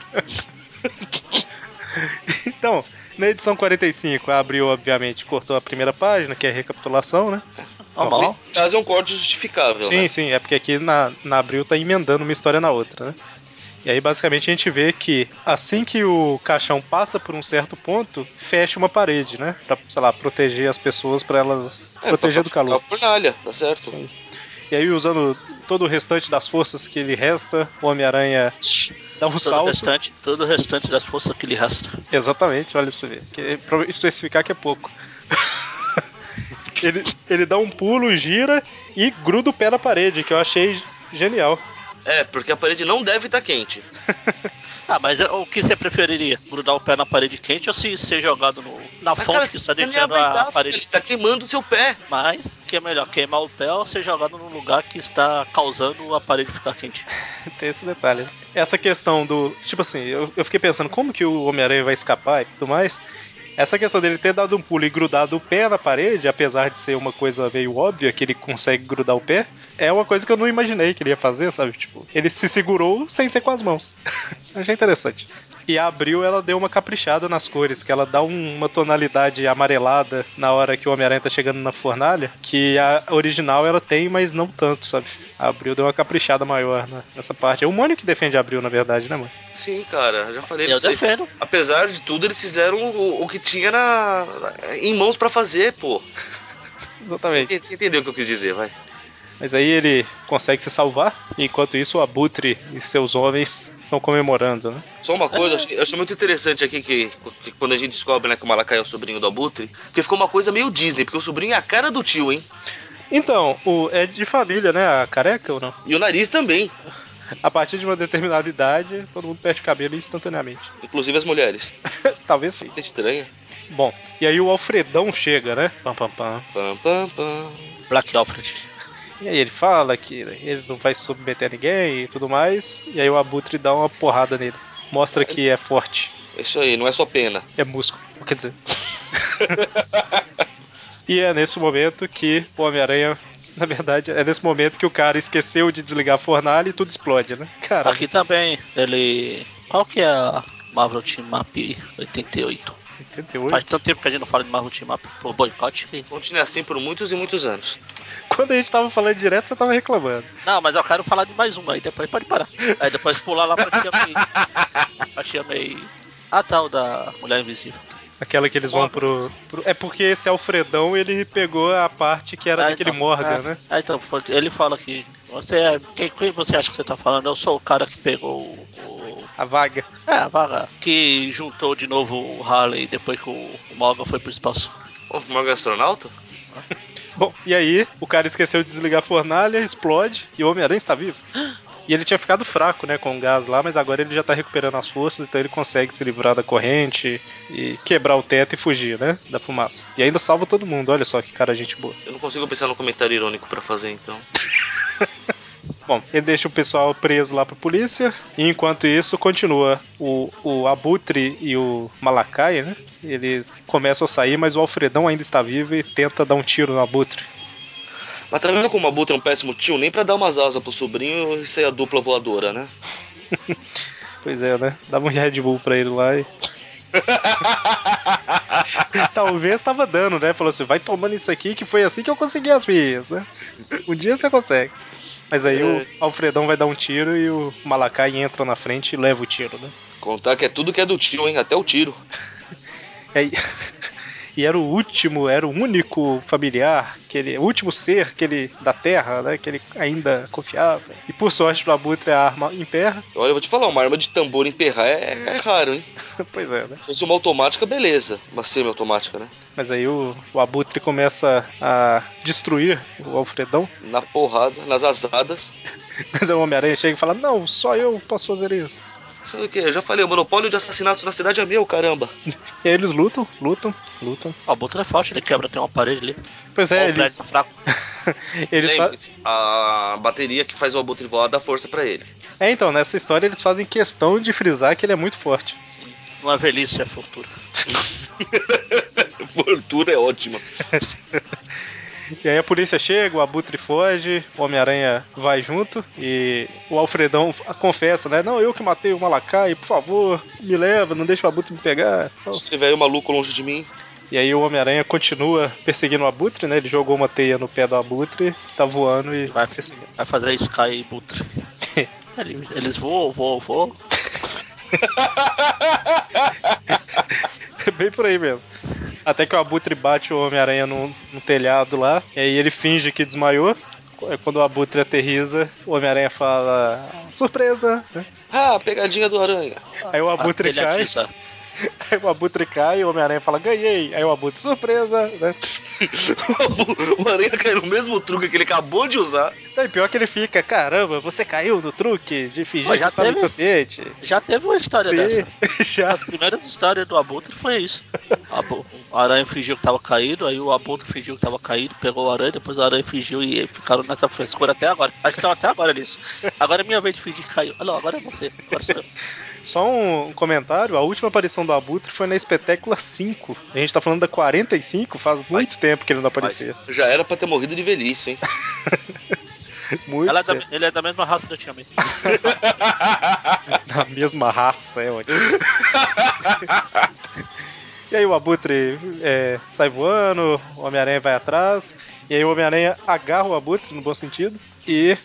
S1: Então, na edição 45, abriu, obviamente, cortou a primeira página, que é a recapitulação, né?
S3: Normal.
S4: Nesse caso é um corte justificável,
S1: Sim,
S4: né?
S1: sim, é porque aqui na, na Abril tá emendando uma história na outra, né? E aí basicamente a gente vê que assim que o caixão passa por um certo ponto, fecha uma parede, né? Pra, sei lá, proteger as pessoas pra elas
S4: É,
S1: proteger
S4: pra-
S1: do calor.
S4: pra fornalha, tá certo.
S1: Sim. E aí usando todo o restante das forças que lhe resta, o Homem-Aranha dá um
S3: Todo o
S1: salto.
S3: restante, todo o restante das forças que lhe resta.
S1: Exatamente, olha pra você ver. Que, pra especificar que é pouco. ele, ele dá um pulo, gira e gruda o pé na parede, que eu achei genial.
S4: É, porque a parede não deve estar quente.
S3: Ah, mas é- o que você preferiria? Grudar o pé na parede quente ou se ser jogado no, na
S4: Mas,
S3: fonte
S4: cara,
S3: que
S4: se
S3: está
S4: você nem
S3: deixando a,
S4: aguentar,
S3: a parede?
S4: Ele tá queimando o seu pé.
S3: Mas que é melhor queimar o pé ou ser jogado num lugar que está causando a parede ficar quente?
S1: Tem esse detalhe. Essa questão do. Tipo assim, eu, eu fiquei pensando como que o Homem-Aranha vai escapar e tudo mais. Essa questão dele ter dado um pulo e grudado o pé na parede, apesar de ser uma coisa meio óbvia que ele consegue grudar o pé, é uma coisa que eu não imaginei que ele ia fazer, sabe? Tipo, ele se segurou sem ser com as mãos. Achei interessante. E a Abril, ela deu uma caprichada nas cores, que ela dá um- uma tonalidade amarelada na hora que o Homem-Aranha tá chegando na fornalha, que a original ela tem, mas não tanto, sabe? A Abril deu uma caprichada maior né, nessa parte. É o Mônio que defende a Abril, na verdade, né, mano?
S4: Sim, cara, já falei
S3: Eu
S4: disso aí.
S3: defendo.
S4: Apesar de tudo, eles fizeram o, o que tinha na, na- em mãos pra fazer, pô.
S1: Exatamente.
S4: Você entendeu o que eu quis dizer, vai.
S1: Mas aí ele consegue se salvar, e enquanto isso o Abutre e seus homens estão comemorando, né?
S4: Só uma coisa, eu achei, eu achei muito interessante aqui que, que quando a gente descobre né, que o Malakai é o sobrinho do Abutre, porque ficou uma coisa meio Disney, porque o sobrinho é a cara do tio, hein?
S1: Então, o, é de família, né? A careca ou não?
S4: E o nariz também,
S1: A partir de uma determinada idade, todo mundo perde o cabelo instantaneamente.
S4: inclusive as mulheres. É
S1: Talvez sim.
S4: Estranha.
S1: Bom, e aí o Alfredão chega, né? Pam, pam, pam.
S4: Pam, pam, pam.
S3: Black Alfred.
S1: E aí ele fala que ele não vai submeter ninguém e tudo mais. E aí o Abutre dá uma porrada nele. Mostra que é forte,
S4: Isso aí, não é só pena.
S1: é músculo, quer dizer. e é nesse momento que o Homem-Aranha. Na verdade, é nesse momento que o cara esqueceu de desligar a fornalha e tudo explode, né? Cara,
S3: Aqui também, ele. Qual que é a Marvel Team Map 88?
S1: 88.
S3: Faz tanto tempo que a gente não fala de um Marvel Team Map por boicote que.
S4: Continue assim por muitos e muitos anos.
S1: Quando a gente tava falando direto, você tava reclamando.
S3: Não, mas eu quero falar de mais um, aí depois pode parar. Aí depois pular lá pra Tia May. Pra Tia May. A tal da Mulher Invisível.
S1: Aquela que eles vão pro, pro- É porque esse Alfredão ele pegou a parte que era
S3: Ah,
S1: daquele
S3: então,
S1: Morgan,
S3: ah,
S1: né?
S3: Ah, então, porque ele fala que. Você é. Quem, quem você acha que você tá falando? Eu sou o cara que pegou o. o-
S1: A vaga.
S3: é, a vaga. Que juntou de novo o Harley depois que o, o Morgan foi pro espaço.
S4: Ô, Morgan Astronauta?
S1: Bom, e aí o cara esqueceu de desligar a fornalha, explode e o Homem-Aranha está vivo. E ele tinha ficado fraco, né, com o gás lá, mas agora ele já tá recuperando as forças, então ele consegue se livrar da corrente e quebrar o teto e fugir, né, da fumaça. E ainda salva todo mundo, olha só que cara gente boa.
S4: Eu não consigo pensar num comentário irônico pra fazer, então.
S1: Bom, ele deixa o pessoal preso lá pra polícia, e enquanto isso continua o, o Abutre e o Malakai, né? Eles começam a sair, mas o Alfredão ainda está vivo e tenta dar um tiro no Abutre.
S4: Mas tá vendo como o Abutre é um péssimo tio? Nem pra dar umas asas pro sobrinho, isso aí é a dupla voadora, né?
S1: Pois é, né? Dava um Red Bull pra ele lá e. Talvez tava dando, né? Falou assim: vai tomando isso aqui que foi assim que eu consegui as minhas, né? Um dia você consegue. Mas aí o Alfredão vai dar um tiro e o Malakai entra na frente e leva o tiro, né?
S4: Contar que é tudo que é do tio, hein? Até o tiro.
S1: E aí- E era o último, era o único familiar, que ele, o último ser que ele, da Terra, né, que ele ainda confiava. E por sorte pro Abutre a arma emperra.
S4: Olha, eu vou te falar, uma arma de tambor emperrar é, é raro, hein?
S1: pois é, né?
S4: Se fosse uma automática, beleza. Uma semi-automática, né?
S1: Mas aí o, o Abutre começa a destruir o Alfredão.
S4: Na porrada, nas azadas.
S1: Mas aí o Homem-Aranha chega e fala: Não, só eu posso fazer isso.
S4: Sabe o que? Eu já falei, o monopólio de assassinatos na cidade é meu, caramba.
S1: E aí eles lutam, lutam, lutam.
S3: O Abutre é forte, ele quebra, tem uma parede ali.
S1: Pois
S3: Ó,
S1: é,
S3: o prédio
S1: eles.
S3: tá fraco.
S1: eles fa-
S4: Lembre-se, a bateria que faz o abutre voar dá força pra ele.
S1: É, então, nessa história eles fazem questão de frisar que ele é muito forte.
S3: Sim. Não é velhice, é fortuna.
S4: Fortuna é ótima.
S1: E aí a polícia chega, o Abutre foge, o Homem-Aranha vai junto e o Alfredão f- confessa, né? Não, eu que matei o Malakai, por favor, me leva, não deixa o Abutre me pegar. tal.
S4: Se tiver aí um maluco longe de mim,
S1: E aí o Homem-Aranha continua perseguindo o Abutre, né? Ele jogou uma teia no pé do Abutre, tá voando e vai
S3: Vai.
S1: perseguindo.
S3: Vai fazer Sky e Butre. Ele- Eles voam, voam, voam.
S1: É bem por aí mesmo. Até que o Abutre bate o Homem-Aranha num, num telhado lá, e aí ele finge que desmaiou. Qu- Quando o Abutre aterriza, o Homem-Aranha fala: Surpresa! né?
S4: ah, pegadinha do aranha.
S1: Aí o
S3: A
S1: Abutre cai.
S3: telhadiça.
S1: Aí o Abutre cai e o Homem-Aranha fala, ganhei. Aí o Abutre, surpresa, né?
S4: o aranha caiu no mesmo truque que ele acabou de usar.
S1: Daí pior que ele fica, caramba, você caiu no truque de fingir
S3: Mas
S1: que
S3: já
S1: estava
S3: teve?
S1: inconsciente.
S3: Já teve uma história dessa.
S1: Sim, já.
S3: As primeiras histórias do Abutre foi isso. Abu- O aranha fingiu que tava caído, aí o Abutre fingiu que tava caído, pegou o aranha, depois o aranha fingiu e ficaram nessa frescura até agora. Acho que tava até agora nisso. Agora é minha vez de fingir que caiu. Ah, não, agora é você. Agora sou eu.
S1: Só um comentário, a última aparição do Abutre foi na Espetácula 5. A gente tá falando da 45, faz muito tempo que ele não
S4: Mas
S1: aparecia.
S4: já era pra ter morrido de velhice, hein?
S1: Muito
S3: Ela é da-
S1: tempo.
S3: ele é da mesma raça do Tia May.
S1: Na mesma raça, é ótimo. E aí o Abutre é, sai voando, o Homem-Aranha vai atrás, e aí o Homem-Aranha agarra o Abutre, no bom sentido, e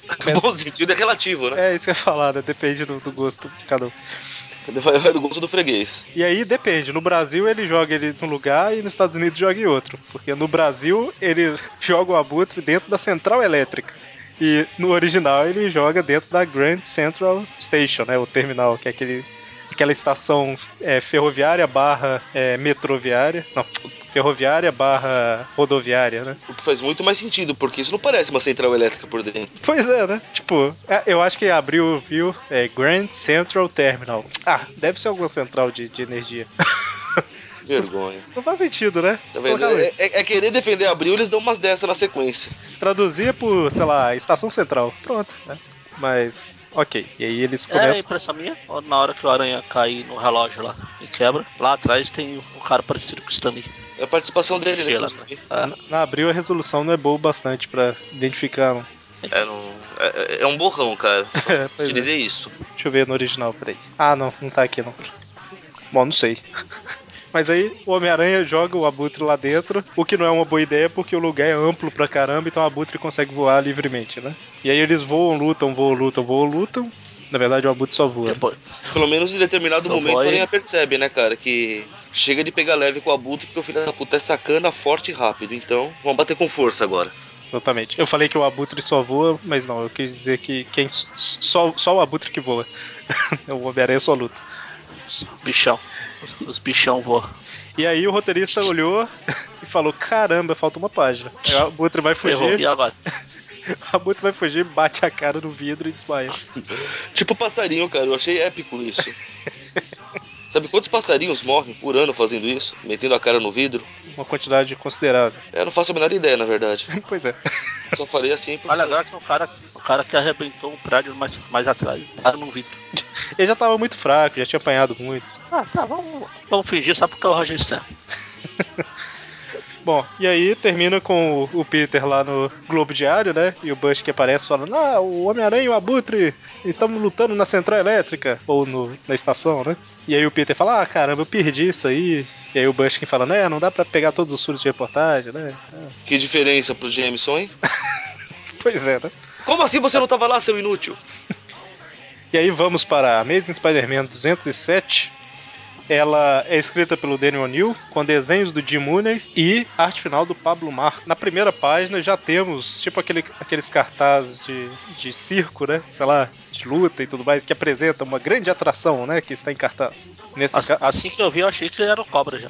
S4: Bom sentido é relativo, né?
S1: É isso que eu ia falar, né? Depende do, do gosto de cada um.
S4: Vai vai do gosto do freguês.
S1: E aí depende. No Brasil ele joga ele num lugar e nos Estados Unidos joga em outro. Porque no Brasil ele joga o abutre dentro da central elétrica. E no original ele joga dentro da Grand Central Station, né? O terminal, que é aquele, aquela estação é, ferroviária barra é, metroviária. Não, ferroviária barra rodoviária, né?
S4: O que faz muito mais sentido, porque isso não parece uma central elétrica por dentro.
S1: Pois é, né? Tipo, é, eu acho que abriu, viu? É Grand Central Terminal. Ah, deve ser alguma central de, de energia.
S4: Vergonha.
S1: Não faz sentido, né?
S4: Tá vendo?
S1: Colocar
S4: É,
S1: aí.
S4: é- é querer defender abril, eles dão umas dessa na sequência.
S1: Traduzir por, sei lá, estação central. Pronto, né? Mas, ok. E aí eles
S3: É
S1: começam.
S3: impressão minha? Ou na hora que o aranha cai no relógio lá e quebra? Lá atrás tem um cara parecido com o Stanley.
S4: É a participação dele nesse
S3: Gela,
S4: filme.
S3: Ah,
S1: Na abril a resolução não é boa o bastante pra identificar. não.
S4: É, não- é- é- é um borrão, cara.
S1: É,
S4: Vou
S1: pois
S4: te
S1: é.
S4: dizer isso.
S1: Deixa eu ver no original, peraí. Ah, não, não tá aqui não. Bom, não sei. Mas aí o Homem-Aranha joga o Abutre lá dentro, o que não é uma boa ideia porque o lugar é amplo pra caramba, então o Abutre consegue voar livremente, né? E aí eles voam, lutam, voam, lutam, voam, lutam. Na verdade o Abutre só voa. né?
S3: depois,
S4: Pelo menos em determinado
S3: Não
S4: momento
S3: vai.
S4: a aranha percebe, né, cara, que chega de pegar leve com o abutre porque o filho da puta é sacana, forte e rápido. Então, vamos bater com força agora.
S1: Exatamente. Eu falei que o Abutre só voa, mas não, eu quis dizer que quem s- só, só o Abutre que voa. o Homem-Aranha só luta.
S3: os bichão. Os, os bichão voam.
S1: E aí o roteirista olhou e falou: caramba, falta uma página. Aí o Abutre vai
S3: Ferrou.
S1: fugir.
S3: E agora?
S1: O Abutre vai fugir, bate a cara no vidro e desmaia.
S4: Tipo passarinho, cara, eu achei épico isso. Sabe quantos passarinhos morrem por ano fazendo isso? Metendo a cara no vidro?
S1: Uma quantidade considerável.
S4: Eu não faço a menor ideia, na verdade.
S1: Pois é.
S4: Só falei assim porque
S3: Olha agora que é um cara, um cara que arrebentou um prédio mais, mais atrás. né? Para num vidro.
S1: Ele já tava muito fraco, já tinha apanhado muito.
S3: Ah, tá, vamos, vamos fingir só porque é o Roger Stan.
S1: Bom, e aí termina com o o Peter lá no Globo Diário, né? E o Bush que aparece falando: Ah, o Homem-Aranha e o Abutre estamos lutando na central elétrica, ou no- na estação, né? E aí o Peter fala: Ah, caramba, eu perdi isso aí. E aí o Bush que fala: Né, não dá pra pegar todos os furos de reportagem, né? Ah,
S4: Que diferença pro Jameson, hein?
S1: Pois é, né?
S4: Como assim você não tava lá, seu inútil?
S1: E aí vamos para Amazing Spider-Man 207. Ela é escrita pelo Daniel O'Neill, com desenhos do Jim Mooney e arte final do Pablo Mar. Na primeira página já temos, tipo aquele, aqueles cartazes de, de circo, né? Sei lá, de luta e tudo mais, que apresenta uma grande atração, né? Que está em cartaz. Nesse
S3: Assim,
S1: ca-
S3: assim que eu vi, eu achei que ele era o cobra já.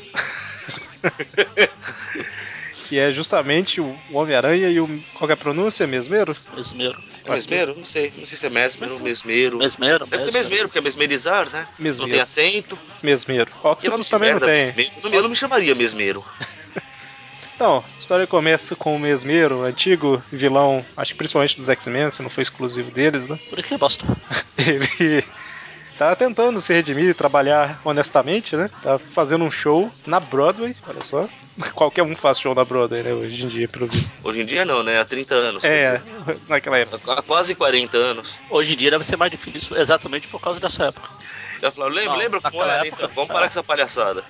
S1: que é justamente o Homem-Aranha e o. Qual que é a pronúncia mesmeiro?
S3: Mesmero.
S4: É mesmero? Não sei. Não sei se é mesmero ou mesmero.
S3: Mesmero?
S4: Deve ser mesmero, porque é mesmerizar, né? Não tem
S1: Mesmeiro.
S4: acento.
S1: Mesmeiro.
S4: Que nome
S1: Octopus
S4: de
S1: também não
S4: merda, né?
S1: tem.
S4: é mesmeiro. Não me- Eu não me chamaria mesmero.
S1: Então, a história começa com o Mesmero, antigo vilão, acho que principalmente dos X-Men, se não foi exclusivo deles, né?
S3: Por que bosta?
S1: Ele tá tentando se redimir, trabalhar honestamente, né? Tá fazendo um show na Broadway, olha só. Qualquer um faz show na Broadway, né? Hoje em dia, pelo visto.
S4: Hoje em dia não, né? Há 30 anos.
S1: É,
S4: quer dizer.
S1: naquela época.
S4: Há quase 40 anos.
S3: Hoje em dia deve ser mais difícil exatamente por causa dessa época.
S4: Já falaram, lembra,
S3: Não,
S4: lembra como
S3: naquela
S4: era?
S3: época.
S4: Então, vamos parar com essa palhaçada.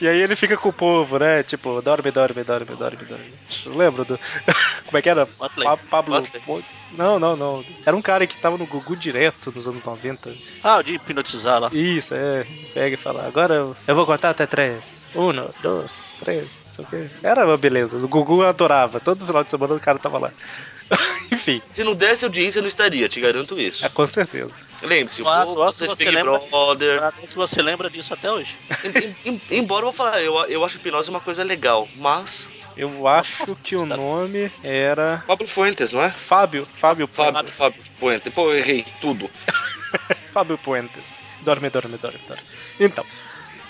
S1: E aí ele fica com o povo, né? Tipo, dorme, dorme, dorme, dorme, dorme. Lembra do. Como é que era?
S3: Motley.
S1: Pa- Pablo
S4: Motley.
S1: Pontes? Não, não, não. Era um cara que tava no Gugu direto nos anos 90.
S3: Ah, de hipnotizar lá.
S1: Isso, é. Pega e fala, agora eu- eu vou contar até três. Um, dois, três, não sei o quê. Era uma beleza. O Gugu adorava. Todo final de semana o cara tava lá. Enfim,
S4: Se não desse audiência, eu não estaria, te garanto isso.
S1: é, com certeza.
S4: Lembre-se, o
S3: Claro,
S4: povo, você de
S3: você
S4: Big
S3: lembra?
S4: Brother.
S3: Claramente você lembra disso até hoje.
S4: Em- em- Embora eu vou falar, eu, eu acho hipnose uma coisa legal, mas.
S1: Eu acho que o nome era.
S4: Pablo Fuentes, não é?
S1: Fábio, Fábio
S4: Fábio,
S1: Puentes.
S4: Fábio Fuentes. Pô, eu errei tudo.
S1: Fábio Puentes. Dorme, dorme, dorme, dorme. Então,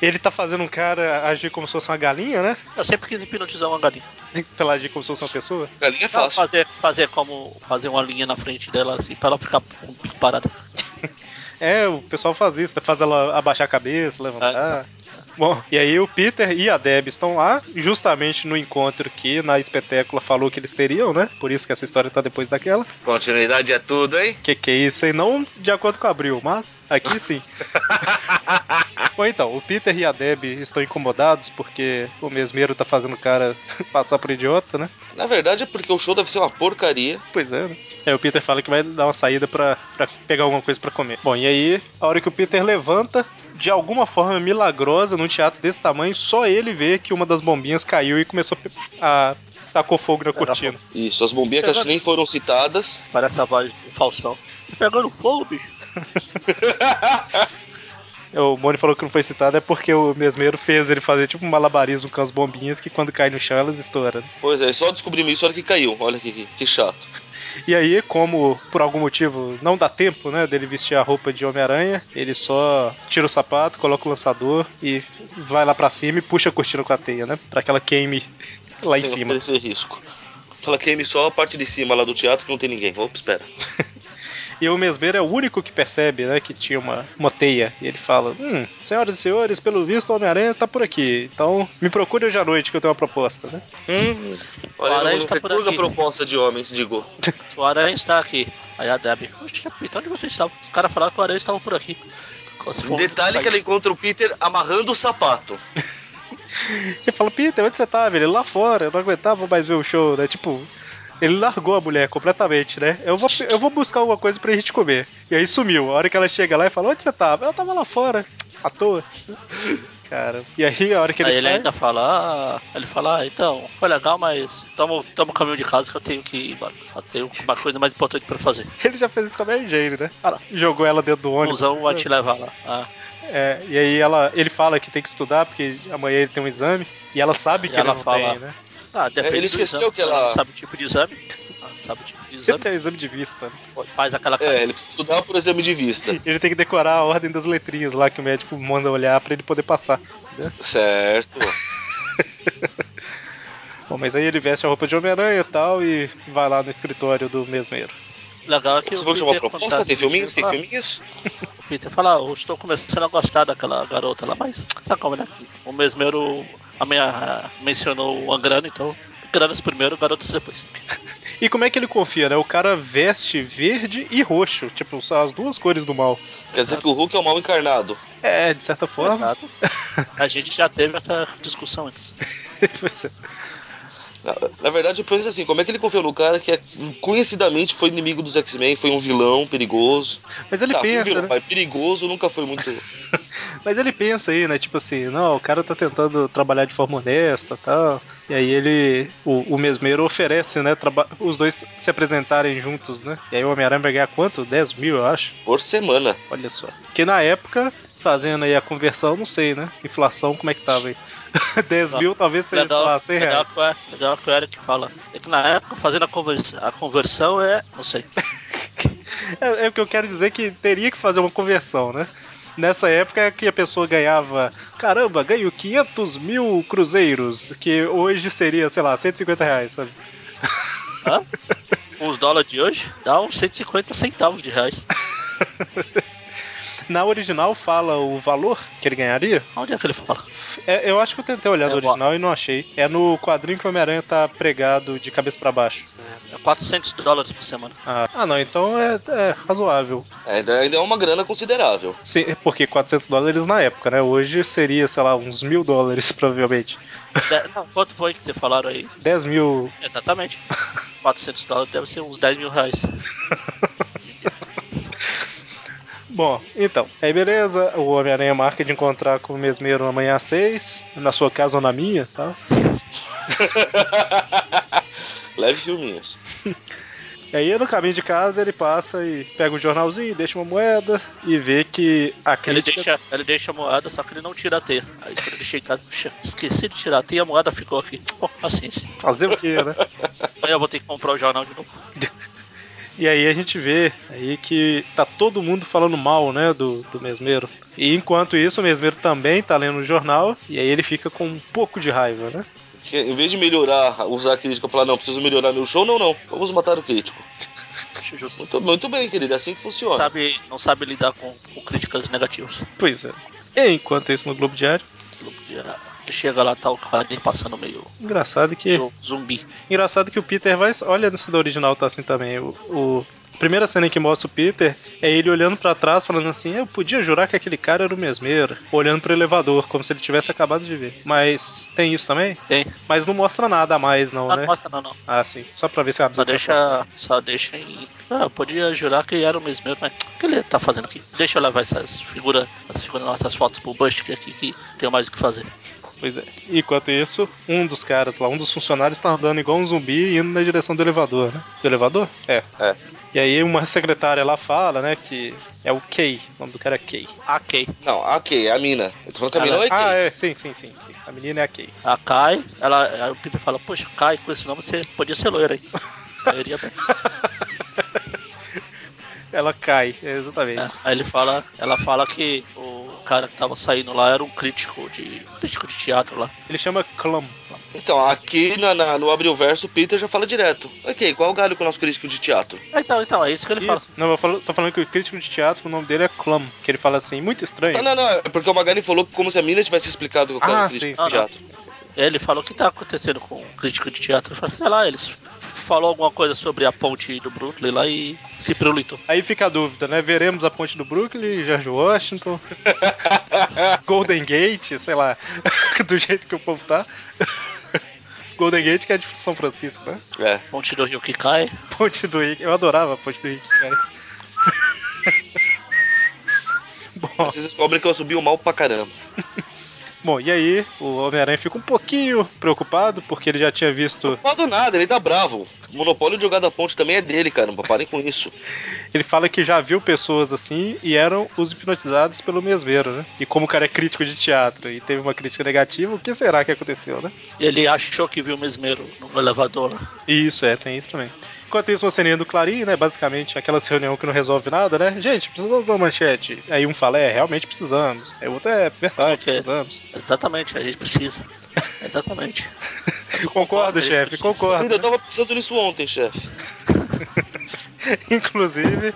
S1: ele tá fazendo um cara agir como se fosse uma galinha, né?
S3: Eu sempre quis hipnotizar uma galinha.
S1: Pra ela agir como se fosse uma pessoa.
S4: Galinha
S3: Não,
S4: é fácil.
S3: fazer, fazer como. Fazer uma linha na frente dela assim pra ela ficar com o bico parado.
S1: É, o pessoal faz isso, né? faz ela abaixar a cabeça, levantar. Bom, e aí o Peter e a Deb estão lá, justamente no encontro que na espetácula falou que eles teriam, né? Por isso que essa história tá depois daquela.
S4: Continuidade é tudo, hein?
S1: Que que é isso, hein? Não de acordo com Abril, mas aqui sim. Bom, então, o Peter e a Deb estão incomodados porque o mesmeiro tá fazendo o cara passar por idiota, né?
S4: Na verdade é porque o show deve ser uma porcaria.
S1: Pois é, né? Aí o Peter fala que vai dar uma saída pra, pra pegar alguma coisa pra comer. Bom, e aí, a hora que o Peter levanta, de alguma forma milagrosa, num teatro desse tamanho, só ele vê que uma das bombinhas caiu e começou a. tacou fogo na cortina.
S4: Isso, as bombinhas que acho que nem foram citadas.
S3: Parece a voz do Faustão. Tá Pegando fogo, bicho.
S1: O Moni falou que não foi citado, é porque o mesmeiro fez ele fazer tipo um malabarismo com as bombinhas que quando cai no chão elas estouram. né?
S4: Pois é, só descobrimos isso na hora que caiu. Olha que, que, que chato.
S1: E aí, como por algum motivo não dá tempo, né, dele vestir a roupa de Homem-Aranha, ele só tira o sapato, coloca o lançador e vai lá pra cima e puxa a cortina com a teia, né, pra que ela queime lá em
S4: Sem
S1: cima.
S4: oferecer risco. Ela queime só a parte de cima lá do teatro que não tem ninguém. Opa, espera.
S1: E o mesmeiro é o único que percebe, né, que tinha uma, uma teia. E ele fala: Hum, senhoras e senhores, pelo visto o Homem-Aranha tá por aqui, então me procure hoje à noite que eu tenho uma proposta, né.
S4: Hum,
S3: O
S4: olha,
S3: Aranha
S4: eu não
S3: está tá por
S4: recuso a
S3: aqui.
S4: proposta de homens, digo.
S3: O aranha está aqui. Aí a Deb. Oxe, Peter, onde você estava? Os caras falaram que o aranha estava por aqui. Se for um
S4: Detalhe que ela
S3: país.
S4: encontra o Peter amarrando o sapato.
S1: Ele fala: Peter, onde você tá, velho? Lá fora, eu não aguentava mais ver o show, né, tipo. Ele largou a mulher completamente, né? Eu vou, eu vou buscar alguma coisa pra gente comer. E aí sumiu. A hora que ela chega lá e fala: Onde você tava? Eu tava lá fora, à toa. Cara. E aí, a hora que ele
S3: Aí ele
S1: sai.
S3: ainda fala, ah, ele fala, ah, então, foi legal, mas toma, toma o caminho de casa que eu tenho que ir embora. Eu tenho uma coisa mais importante pra fazer.
S1: Ele já fez isso com a Mary Jane, né? Jogou ela dentro do
S3: O
S1: ônibus.
S3: Cusão vai te levar lá. Ah,
S1: É, e aí ela, ele fala que tem que estudar porque amanhã ele tem um exame. E ela sabe
S3: E
S1: que ele
S3: ela
S1: não
S3: fala-
S1: tem, né?
S3: tá, depende
S4: ele
S3: do
S4: esqueceu
S3: exame.
S4: que ela-
S3: Sabe o tipo de exame? Ah, Sabe o tipo de
S1: Ele
S3: exame?
S1: tem um exame de vista. né?
S3: Faz aquela
S4: É, ele precisa estudar por exame de vista.
S1: Ele tem que decorar a ordem das letrinhas lá que o médico manda olhar pra ele poder passar. entendeu?
S4: Certo.
S1: Bom, mas aí ele veste a roupa de Homem-Aranha e tal e vai lá no escritório do mesmeiro.
S3: legal é que
S4: Vocês
S3: o
S4: vão chamar
S3: Peter
S4: proposta?
S3: acontece,
S4: Tem filminhos? Tem
S3: fala-
S4: filminhos?
S3: O tá Peter fala, "Ah, eu estou começando a gostar daquela garota lá, mas sabe como, né? O mesmeiro a minha, mencionou a grana, então Granas primeiro, garotos depois.
S1: E como é que ele confia, né? O cara veste verde e roxo, tipo, são as duas cores do mal.
S4: Quer dizer que o Hulk é o mal encarnado.
S1: É, de certa forma.
S3: Exato. A gente já teve essa discussão antes.
S1: Pois é.
S4: Na, na verdade, eu penso assim, como é que ele confiou no cara que é- conhecidamente foi inimigo dos X-Men, foi um vilão perigoso.
S1: Mas ele
S4: Tá, um
S1: pensa,
S4: vilão,
S1: né?
S4: mas perigoso nunca foi muito...
S1: Mas ele pensa aí, né? Tipo assim, não, o cara tá tentando trabalhar de forma honesta tal. E aí ele. O, o mesmeiro oferece, né? traba- Os dois se apresentarem juntos, né? E aí o Homem-Aranha vai ganhar quanto? 10 mil, eu acho.
S4: por semana.
S1: Olha só. Que na época, fazendo aí a conversão, não sei, né? Inflação, como é que tava aí? 10 mil talvez seja, sei lá, 100
S3: legal,
S1: reais.
S3: que é, legal que o Eric fala. É que na época, fazendo a, conversa, a conversão é. Não sei.
S1: É, é o que eu quero dizer que teria que fazer uma conversão, né? Nessa época é que a pessoa ganhava, caramba, ganho 500 mil cruzeiros, que hoje seria, sei lá, 150 reais, sabe?
S3: Hã? Uns dólares de hoje dá uns 150 centavos de reais.
S1: Na original fala o valor que ele ganharia?
S3: Onde é que ele fala?
S1: É, eu acho que eu tentei olhar
S3: É,
S1: no
S3: ó.
S1: original e não achei. É no quadrinho que o Homem-Aranha tá pregado de cabeça pra baixo.
S3: É 400 dólares por semana.
S1: Ah, ah, não, então é, é razoável.
S4: É, Ainda ainda é uma grana considerável.
S1: Sim, é porque 400 dólares na época, né? Hoje seria, sei lá, uns mil dólares, provavelmente.
S3: De- não, quanto foi que vocês falaram aí?
S1: 10 mil.
S3: Exatamente. 400 dólares deve ser uns 10 mil reais.
S1: Bom, então, aí beleza, o Homem-Aranha marca de encontrar com o mesmeiro amanhã às 6, na sua casa ou na minha, tá?
S4: Leve filminhos.
S1: E aí no caminho de casa ele passa e pega um jornalzinho, deixa uma moeda e vê que a
S3: Ele
S1: crítica...
S3: deixa, ele deixa a moeda, só que ele não tira a teia. Aí quando ele chega em casa, puxa, esqueci de tirar a teia, a moeda ficou aqui. Pô, paciência.
S1: Fazer o quê, né?
S3: Amanhã eu vou ter que comprar o jornal de novo.
S1: E aí a gente vê aí que tá todo mundo falando mal, né, do, do mesmeiro. E enquanto isso, o mesmeiro também tá lendo o jornal, e aí ele fica com um pouco de raiva, né?
S4: Porque Em vez de melhorar, usar a crítica e falar, não, preciso melhorar meu show, não, não. Vamos matar o crítico.
S3: Acho justo.
S4: Muito, muito bem, querido, é assim que
S3: Não
S4: funciona.
S3: sabe, não sabe lidar com, com críticas negativas.
S1: Pois é. E enquanto isso no Globo Diário,
S3: né? Chega lá, tá o cara ali passando meio
S1: engraçado que.
S3: meio zumbi.
S1: Engraçado que o Peter vai. Olha, no do original tá assim também. O, o- a primeira cena que mostra o Peter é ele olhando pra trás, falando assim: Eu podia jurar que aquele cara era o mesmeiro. Olhando pro elevador, como se ele tivesse acabado de ver. Mas tem isso também?
S3: Tem?
S1: Mas não mostra nada a mais, não,
S3: Ah,
S1: né?
S3: nossa, não, não.
S1: Ah, sim. Só pra ver se a
S3: Só
S1: adulta-
S3: deixa, só deixa em. Ah, eu podia jurar que era o mesmo, mas o que ele tá fazendo aqui? Deixa eu levar essas figuras, essas figuras, nossas fotos pro Bust que aqui que tem mais o que fazer.
S1: Pois é. Enquanto isso, um dos caras lá, um dos funcionários, tá andando igual um zumbi indo na direção do elevador, né? Do elevador? É.
S4: É.
S1: E aí uma secretária lá fala, né, que é o Kay. O nome do cara é Kay.
S3: Ok.
S4: Não, a Kay, a mina. Eu tô falando que a mina
S1: Ela-
S4: não é
S1: ah,
S4: Kay.
S1: é, sim, sim, sim, sim. A menina é a Kay.
S3: A Kai, ela, aí o Peter fala, poxa, Kai, com esse nome você podia ser loira aí. Aí, iria bem.
S1: Ela cai, é, exatamente.
S3: É, aí ele fala, ela fala que o cara que tava saindo lá era um crítico de. crítico de teatro
S4: É.
S3: lá.
S1: Ele chama Clam.
S4: Então, aqui na, na- no Abril Verso, o Peter já fala direto. Ok, qual o galho com o nosso crítico de teatro?
S3: Ah, Então, então, é isso que ele fala.
S1: Isso. Não, eu falo, tô falando que o crítico de teatro, o nome dele é Clam, que ele fala assim, muito estranho.
S4: Tá, não, não, é porque o Magani falou como se a mina tivesse explicado qual era
S1: ah,
S4: o
S1: sim,
S4: crítico
S1: sim,
S4: de teatro.
S1: sim, sim, sim.
S3: Ele falou o que tá acontecendo com o crítico de teatro. Eu falei, Sei lá, eles falou alguma coisa sobre a ponte do Brooklyn lá e se preluitou.
S1: Aí fica a dúvida, né? Veremos a ponte do Brooklyn, George Washington, Golden Gate, sei lá, do jeito que o povo tá. Golden Gate que é de São Francisco, né?
S4: É.
S3: Ponte do Rio que cai.
S1: Ponte do Rick, eu adorava a Ponte do Rick, cara. Bom,
S4: Vocês descobrem que eu subi o mal pra caramba.
S1: bom, e aí o Homem-Aranha fica um pouquinho preocupado porque ele já tinha visto
S4: Não do nada, ele tá bravo. O monopólio de jogar da ponte também é dele, caramba. Parem com isso.
S1: Ele fala que já viu pessoas assim e eram os hipnotizados pelo mesmeiro, né? E como o cara é crítico de teatro e teve uma crítica negativa, o que será que aconteceu, né?
S3: Ele achou que viu o mesmeiro no elevador lá.
S1: E isso, é, tem isso também. Enquanto isso, uma ceninha do Clarim, né? Basicamente, aquela reunião que não resolve nada, né? Gente, precisamos de uma manchete. Aí um fala, é, realmente precisamos. Aí o outro, é, verdade,
S3: Ok.
S1: precisamos.
S3: Exatamente, a gente precisa. Exatamente.
S1: Concordo,
S3: concordo,
S1: chefe,
S3: isso.
S4: Eu
S1: Tá. concordo.
S4: ainda tava pensando nisso ontem, chefe.
S1: Inclusive,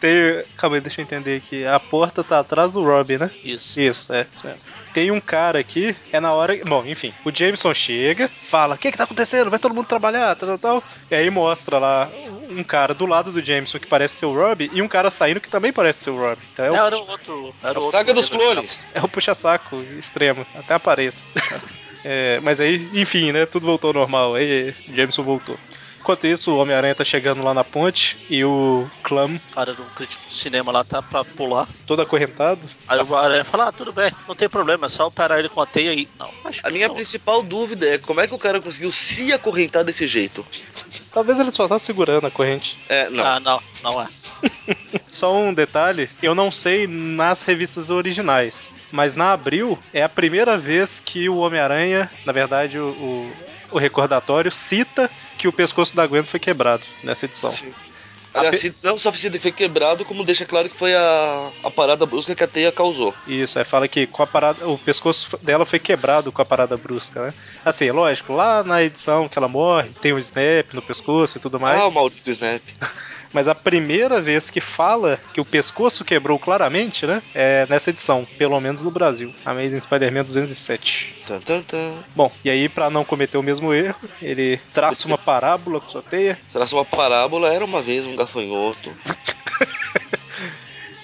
S1: tem. Calma aí, deixa eu entender aqui. A porta tá atrás do Robin, né?
S3: Isso.
S1: Isso, é, isso mesmo. Tem um cara aqui, é na hora. Bom, enfim, o Jameson chega, fala: O que que tá acontecendo? Vai todo mundo trabalhar, tal, tal, tal. E aí mostra lá um cara do lado do Jameson que parece ser o Rob e um cara saindo que também parece ser o Rob. Então é
S3: Não,
S1: o,
S3: era o outro.
S1: Tá
S3: Era
S4: A
S3: o outro
S4: é saga dos
S3: Wolverine.
S4: clones.
S1: é o puxa-saco extremo, até apareça. É, mas aí, enfim, né? Tudo voltou ao normal. Aí Jameson voltou. Enquanto isso, o Homem-Aranha tá chegando lá na ponte e o Clam,
S3: cara do crítico de cinema lá tá pra pular.
S1: todo acorrentado,
S3: Aí o Aranha fala, ah, tudo bem, não tem problema, é só parar ele com a teia aí. Não, acho
S4: A
S3: que
S4: minha
S3: não.
S4: principal dúvida é como é que o cara conseguiu se acorrentar desse jeito?
S1: talvez ele só tá segurando a corrente.
S4: É, não.
S3: Ah, não, não é.
S1: Só um detalhe, eu não sei nas revistas originais, mas na Abril é a primeira vez que o Homem-Aranha, na verdade o, o- o recordatório, cita que o pescoço da Gwen foi quebrado nessa edição.
S4: Sim. Aliás, se- não só se foi quebrado, como deixa claro que foi a, a parada brusca que a teia causou.
S1: Isso, aí fala que com a parada, o pescoço dela foi quebrado com a parada brusca, né? Assim, lógico, lá na edição que ela morre, tem o snap no pescoço e tudo mais,
S4: Ah, o maldito Snap.
S1: mas a primeira vez que fala que o pescoço quebrou claramente, né? É nessa edição, pelo menos no Brasil, Amazing Spider-Man 207.
S4: Tan, tan, tan.
S1: Bom, e aí, pra não cometer o mesmo erro, ele traça uma parábola com sua teia,
S4: Será que uma parábola era uma vez um gafanhoto?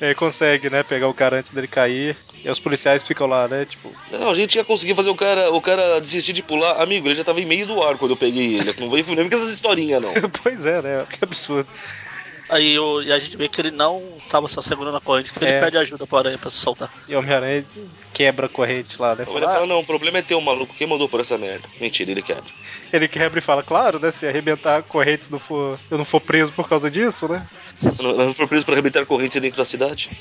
S1: é, consegue, né, pegar o cara antes dele cair, e os policiais ficam lá, né, tipo,
S4: Não, a gente ia conseguir fazer o cara, o cara desistir de pular. Amigo, ele já tava em meio do ar quando eu peguei ele. Não veio nem com essas historinhas, não.
S1: pois é, né, que absurdo.
S3: Aí o- e a gente vê que ele não tava só segurando a corrente, que
S1: É.
S3: ele pede ajuda pro Aranha pra se soltar.
S1: E o Homem-Aranha quebra a corrente lá, né,
S4: O cara
S1: fala,
S4: fala, não, o problema é teu, maluco. Quem mandou por essa merda? Mentira, ele quebra.
S1: "Ah", ele quebra e fala, claro, né, se arrebentar a corrente não for, eu não for preso por causa disso, né.
S4: Não, não foi preso pra arrebentar correntes dentro da cidade?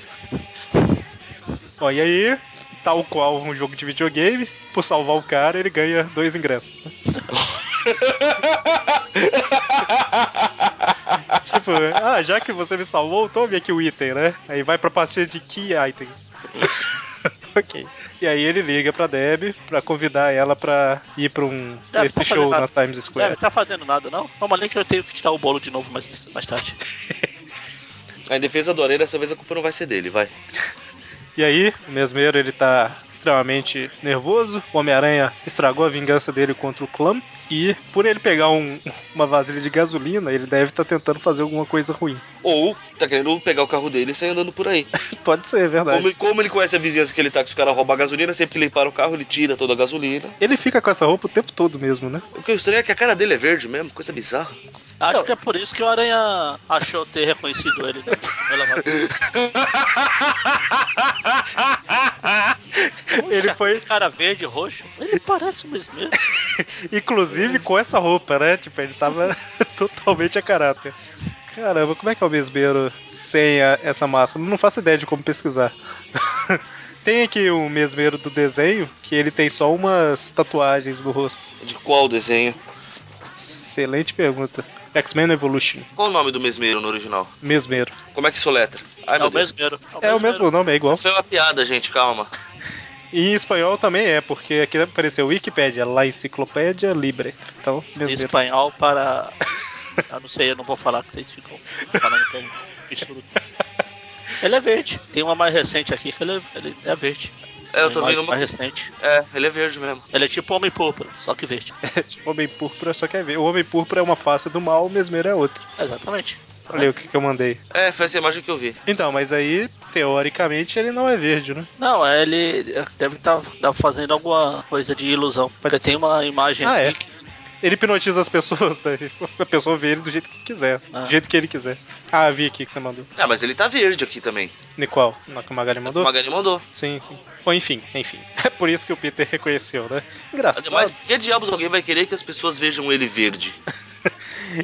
S1: Bom, e aí, tal qual um jogo de videogame, por salvar o cara, ele ganha dois ingressos, né. Tipo, ah, já que você me salvou, tome aqui o item, né? Aí vai pra pastilha de key items. ok. E aí ele liga pra Deb pra convidar ela pra ir pra um
S3: Deb,
S1: esse
S3: tá
S1: show
S3: fazendo
S1: na Times
S3: É,
S1: Square.
S3: não tá fazendo nada, não? Calma ali que eu tenho que tirar o bolo de novo mais, mais tarde.
S4: A defesa do Areia, dessa vez a culpa não vai ser dele, vai.
S1: E aí, o mesmeiro ele tá extremamente nervoso. O Homem-Aranha estragou a vingança dele contra o clã. E por ele pegar um- uma vasilha de gasolina, ele deve estar tentando fazer alguma coisa ruim.
S4: Ou tá querendo pegar o carro dele e sair andando por aí.
S1: Pode ser, é verdade.
S4: Como, ele- como ele conhece a vizinhança que ele tá, que os caras roubam a gasolina, sempre que ele para o carro, ele tira toda a gasolina.
S1: Ele fica com essa roupa o tempo todo mesmo, né?
S4: O que é estranho é que a cara dele é verde mesmo, coisa bizarra.
S3: Acho que é por isso que o Aranha achou ter reconhecido ele, né? Pela vacina.
S1: Ele foi,
S3: Cara verde, roxo, ele parece um esmero.
S1: Inclusive com essa roupa, né? Tipo, ele tava totalmente a caráter. Caramba, como é que é o mesmeiro sem a- essa massa? Não faço ideia de como pesquisar. tem aqui o mesmeiro do desenho, que ele tem só umas tatuagens no rosto.
S4: De qual desenho?
S1: Excelente pergunta. X-Men Evolution,
S4: Qual o nome do mesmeiro no original?
S1: mesmeiro.
S4: Como é que soletra? Ai,
S3: É
S4: meu
S3: o
S4: Deus.
S3: mesmero.
S1: É o mesmo nome, é igual.
S4: Foi uma piada, gente, calma.
S1: E em espanhol também é, porque aqui apareceu Wikipédia, lá enciclopédia Libre. Então,
S3: Em
S1: mesmeiro.
S3: espanhol para. Eu não sei, eu não vou falar que vocês ficam falando que eu misturo tudo. Ele é verde. Tem uma mais recente aqui que ele é, ele é verde.
S4: É, eu
S3: Uma
S4: tô
S3: imagem
S4: vendo uma.
S3: mais recente.
S4: É, ele é verde mesmo.
S3: Ele é tipo homem púrpura, só que verde.
S1: O Homem Púrpura só quer ver. O Homem Púrpura é uma face do mal, o mesmeiro é outra.
S3: Exatamente.
S1: Olha aí o que, que eu mandei.
S4: É, foi essa imagem que eu vi.
S1: Então, mas aí, teoricamente, ele não é verde, né?
S3: Não, é, ele deve estar fazendo alguma coisa de ilusão. Porque tem uma imagem
S1: Ah, é?
S3: aqui que-
S1: Ele hipnotiza as pessoas, né? A pessoa vê ele do jeito que quiser,
S3: Ah.
S1: do jeito que ele quiser. Ah, vi aqui que você mandou.
S4: Ah, mas ele tá verde aqui também.
S1: Nicole, na que o Magali mandou?
S4: O Magali mandou.
S1: Sim, sim. Bom, enfim, enfim. É por isso que o Peter reconheceu, né?
S4: Ademais,
S1: Engraçado.
S4: por que diabos alguém vai querer que as pessoas vejam ele verde?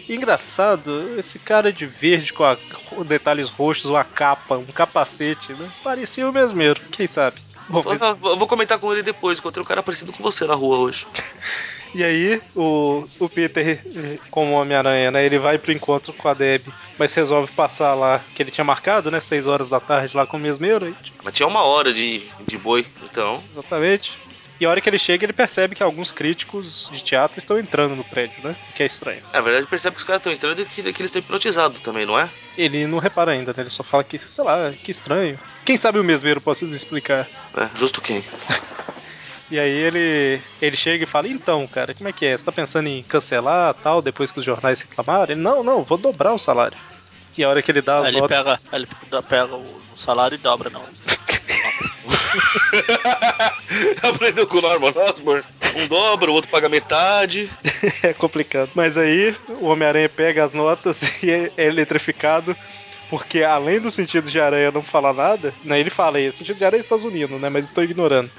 S1: Engraçado, esse cara de verde com a- com detalhes roxos, uma capa, um capacete, né? Parecia o mesmeiro, quem sabe? Bom, mas-
S4: Eu vou- eu vou comentar com ele depois. Encontrei um cara parecido com você na rua hoje.
S1: E aí, o, o Peter, eh, como Homem-Aranha, né? Ele vai pro encontro com a Deb, mas resolve passar lá, que ele tinha marcado, né? 6 horas da tarde lá com o mesmeiro, e, tipo,
S4: Mas tinha uma hora de, de boi, então.
S1: exatamente. E a hora que ele chega, ele percebe que alguns críticos de teatro estão entrando no prédio, né? O que é estranho.
S4: Na verdade, percebe que os caras estão entrando e que, que eles estão hipnotizados também, não é?
S1: Ele não repara ainda, né? Ele só fala que, sei lá, que estranho. Quem sabe o mesmeiro possa me explicar.
S4: É, justo quem?
S1: E aí ele, ele chega e fala, então, cara, como é que é? Você tá pensando em cancelar tal, depois que os jornais reclamaram? Ele, não, não, vou dobrar o salário. E a hora que ele dá as
S3: Aí Ah, ele
S1: notas.
S3: pega, aí ele dá- pega o salário e dobra, não. É
S4: Aprendeu com o Norman Osborn. Um dobra, o outro paga metade.
S1: é complicado. Mas aí o Homem-Aranha pega as notas e é, é eletrificado. Porque além do sentido de aranha não falar nada, né? Ele fala aí, o sentido de aranha é Estados Unidos, né? Mas estou ignorando.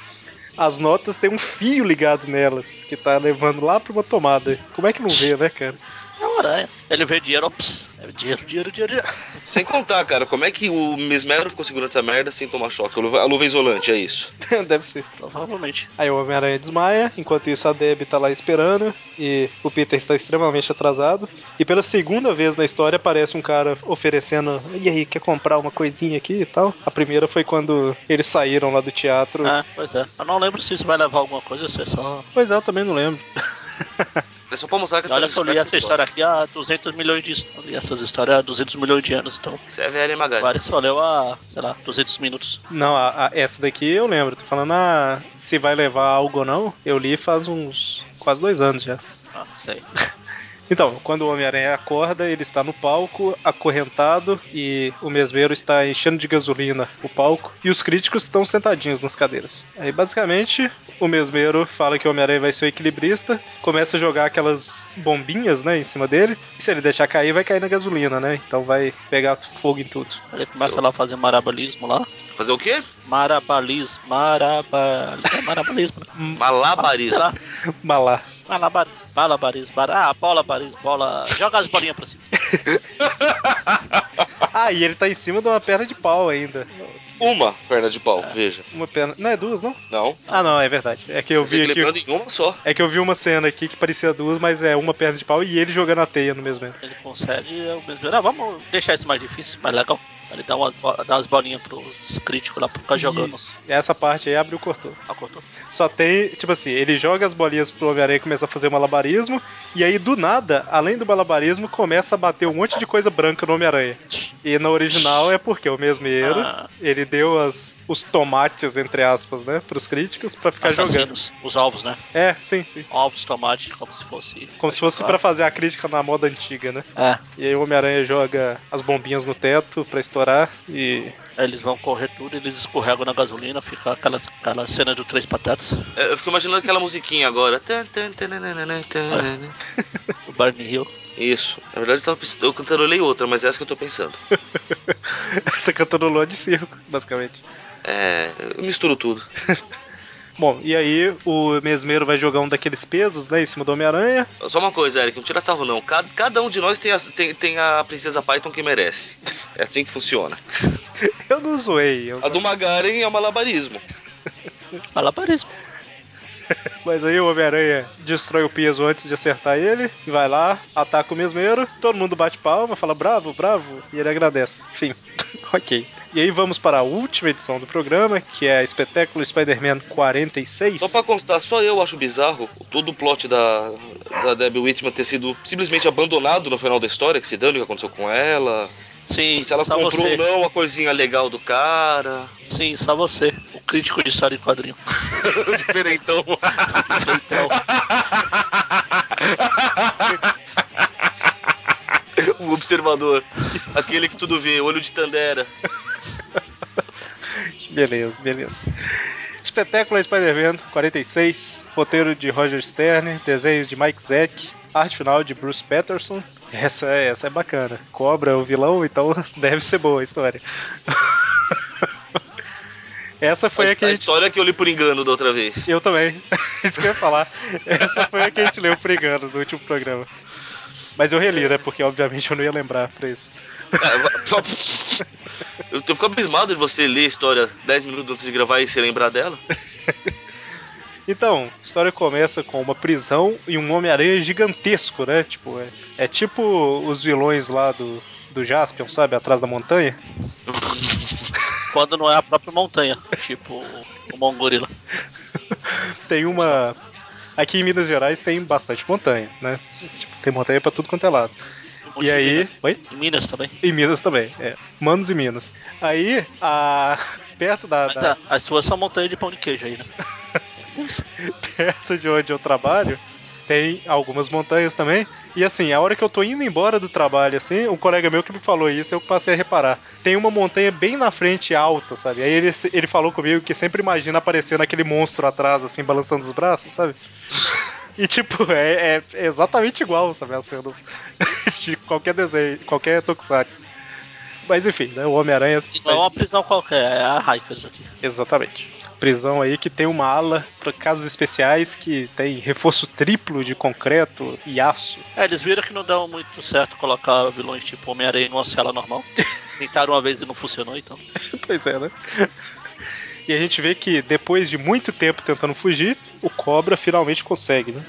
S1: As notas têm um fio ligado nelas, que tá levando lá pra uma tomada. Como é que não vê, né, cara?
S3: É uma aranha. Ele vê dinheiro, ops. É dinheiro, dinheiro, dinheiro, dinheiro.
S4: Sem contar, cara, como é que o Mesmero ficou segurando essa merda sem tomar choque? A luva, a luva isolante, é isso.
S1: Deve ser.
S3: Provavelmente.
S1: Aí o Homem-Aranha desmaia, enquanto isso a Debbie tá lá esperando e o Peter está extremamente atrasado. E pela segunda vez na história aparece um cara oferecendo: e aí, quer comprar uma coisinha aqui e tal? A primeira foi quando eles saíram lá do teatro.
S3: É, pois é. Eu não lembro se isso vai levar alguma coisa, isso é só.
S1: Pois é, eu também não lembro.
S4: É só pra mostrar que eu tô
S3: Olha que eu li
S4: esperto,
S3: essa história aqui há 200 milhões de Eu li essas histórias há 200 milhões de anos, então.
S4: Você é velho, hein,
S3: O
S4: Magali?
S3: Ari só leu há, sei lá, 200 minutos.
S1: Não, a- a- essa daqui eu lembro. Tô falando ah, se vai levar algo ou não. Eu li faz uns quase dois anos já.
S3: Ah, sei.
S1: Então, quando o Homem-Aranha acorda, ele está no palco, acorrentado, e o mesmeiro está enchendo de gasolina o palco, e os críticos estão sentadinhos nas cadeiras. Aí, basicamente, o mesmeiro fala que o Homem-Aranha vai ser o equilibrista, começa a jogar aquelas bombinhas, né, em cima dele, e se ele deixar cair, vai cair na gasolina, né, então vai pegar fogo em tudo.
S3: Ele começa lá a fazer marabalismo lá.
S4: Fazer o quê?
S3: Marabalismo, maraba... é marabalismo. né? Sei
S4: Malabarismo.
S3: lá,
S1: Malá.
S3: malabarismo, malabarismo, bar... ah, bola, barismo, bola, joga as bolinhas pra cima.
S1: Ah, e ele tá em cima de uma perna de pau ainda.
S4: Uma perna de pau, veja.
S1: Uma perna... Não, é duas, não?
S4: Não.
S1: Ah, não, é verdade. É que eu
S4: Você
S1: vi aqui...
S4: equilibrando em uma só.
S1: É que eu vi uma cena aqui que parecia duas, mas é uma perna de pau e ele jogando a teia no mesmo ano.
S3: Ele consegue, é o mesmo, ah, vamos deixar isso mais difícil, mais legal. Ele dá umas, bo- dá umas bolinhas pros críticos lá pra ficar jogando.
S1: Isso. Essa parte aí abriu e cortou.
S3: Acordou?
S1: Só tem, tipo assim, ele joga as bolinhas pro Homem-Aranha e começa a fazer malabarismo. E aí, do nada, além do malabarismo, começa a bater um monte de coisa branca no Homem-Aranha. E na original é porque o mesmeiro,
S3: Ah.
S1: ele deu as, os tomates, entre aspas, né, pros críticos pra
S3: Ah,
S1: ficar jogando.
S3: Assassinos, os ovos, né?
S1: É, sim, sim.
S3: Ovos, tomate, como se fosse.
S1: Como se fosse pra fazer a crítica na moda antiga, né?
S3: É,
S1: E aí o Homem-Aranha joga as bombinhas no teto pra estourar e
S3: aí eles vão correr tudo, eles escorregam na gasolina, fica aquela, aquela cena do Três Patatas,
S4: É, Eu fico imaginando aquela musiquinha agora. Tan, tan, tananana, tananana.
S3: o Barney Hill.
S4: Isso. Na verdade, eu, tava, pensando- eu cantarolei outra, mas é essa que eu tô pensando.
S1: Essa cantarolou de circo, basicamente.
S4: É. Eu misturo tudo.
S1: Bom, e aí o mesmeiro vai jogar um daqueles pesos, né, em cima do Homem-Aranha.
S4: Só uma coisa, Eric, não tira sarro não. Cada, cada um de nós tem a, tem, tem a princesa Python que merece. É assim que funciona.
S1: Eu não zoei, eu-
S4: A do Magaren é o malabarismo.
S3: Malabarismo.
S1: mas aí o Homem-Aranha destrói o peso antes de acertar ele, e vai lá, ataca o mesmeiro, todo mundo bate palma, fala bravo, bravo, e ele agradece. Enfim, ok. E aí vamos para a última edição do programa, que é a Espetáculo Spider-Man 46.
S4: Só pra constar, só eu acho bizarro todo o plot da, da Debbie Whitman ter sido simplesmente abandonado no final da história, que se dane o que aconteceu com ela.
S3: Sim,
S4: Se ela
S3: só
S4: comprou um, né?
S3: você.
S4: ou não a coisinha legal do cara.
S3: Sim, só você. O crítico de história em quadrinho.
S4: Diferentão.
S3: Então,
S4: o observador. Aquele que tudo vê, olho de Tandera.
S1: Beleza, beleza. Espetáculo é Spider-Man 46, roteiro de Roger Stern, desenhos de Mike Zeck, arte final de Bruce Patterson. Essa é, essa é bacana. Cobra é o vilão, então deve ser boa a história. Essa foi a que
S4: a,
S1: a
S4: a
S1: gente.
S4: história que eu li por engano da outra vez.
S1: Eu também. Isso que eu ia falar. Essa foi a que a gente leu frigando no último programa. Mas eu reli, né? Porque obviamente eu não ia lembrar pra isso.
S4: Ah, Eu, eu fico abismado de você ler a história 10 minutos antes de gravar e se lembrar dela.
S1: Então, a história começa com uma prisão e um Homem-Aranha gigantesco, né? Tipo, é, é tipo os vilões lá do, do Jaspion, sabe? Atrás da montanha.
S3: quando não é a própria montanha, tipo o Mongorila.
S1: tem uma. Aqui em Minas Gerais tem bastante montanha, né? Tipo, tem montanha pra tudo quanto é lado.
S3: Um
S1: E
S3: monte de
S1: aí.
S3: Minas.
S1: Oi?
S3: Em Minas também.
S1: Em Minas também, é. Manos e Minas. Aí, a. Perto da.
S3: Mas
S1: da-
S3: ah, as suas são montanha de pão de queijo aí, né?
S1: perto de onde eu trabalho, tem algumas montanhas também. E assim, a hora que eu tô indo embora do trabalho, assim, um colega meu que me falou isso, eu passei a reparar. Tem uma montanha bem na frente alta, sabe? Aí ele, ele falou comigo que sempre imagina aparecendo aquele monstro atrás, assim, balançando os braços, sabe? E tipo, é, é- é exatamente igual, sabe, as cenas de qualquer desenho, qualquer Tokusatsu. Mas enfim, né, o Homem-Aranha...
S3: E Não é uma prisão qualquer, é a Raikas aqui.
S1: Exatamente. Prisão aí que tem uma ala para casos especiais que tem reforço triplo de concreto e aço.
S3: É, eles viram que não deu muito certo colocar vilões tipo Homem-Aranha numa cela normal. Tentaram uma vez e não funcionou, então.
S1: pois é, né? E a gente vê que depois de muito tempo tentando fugir, o Cobra finalmente consegue, né?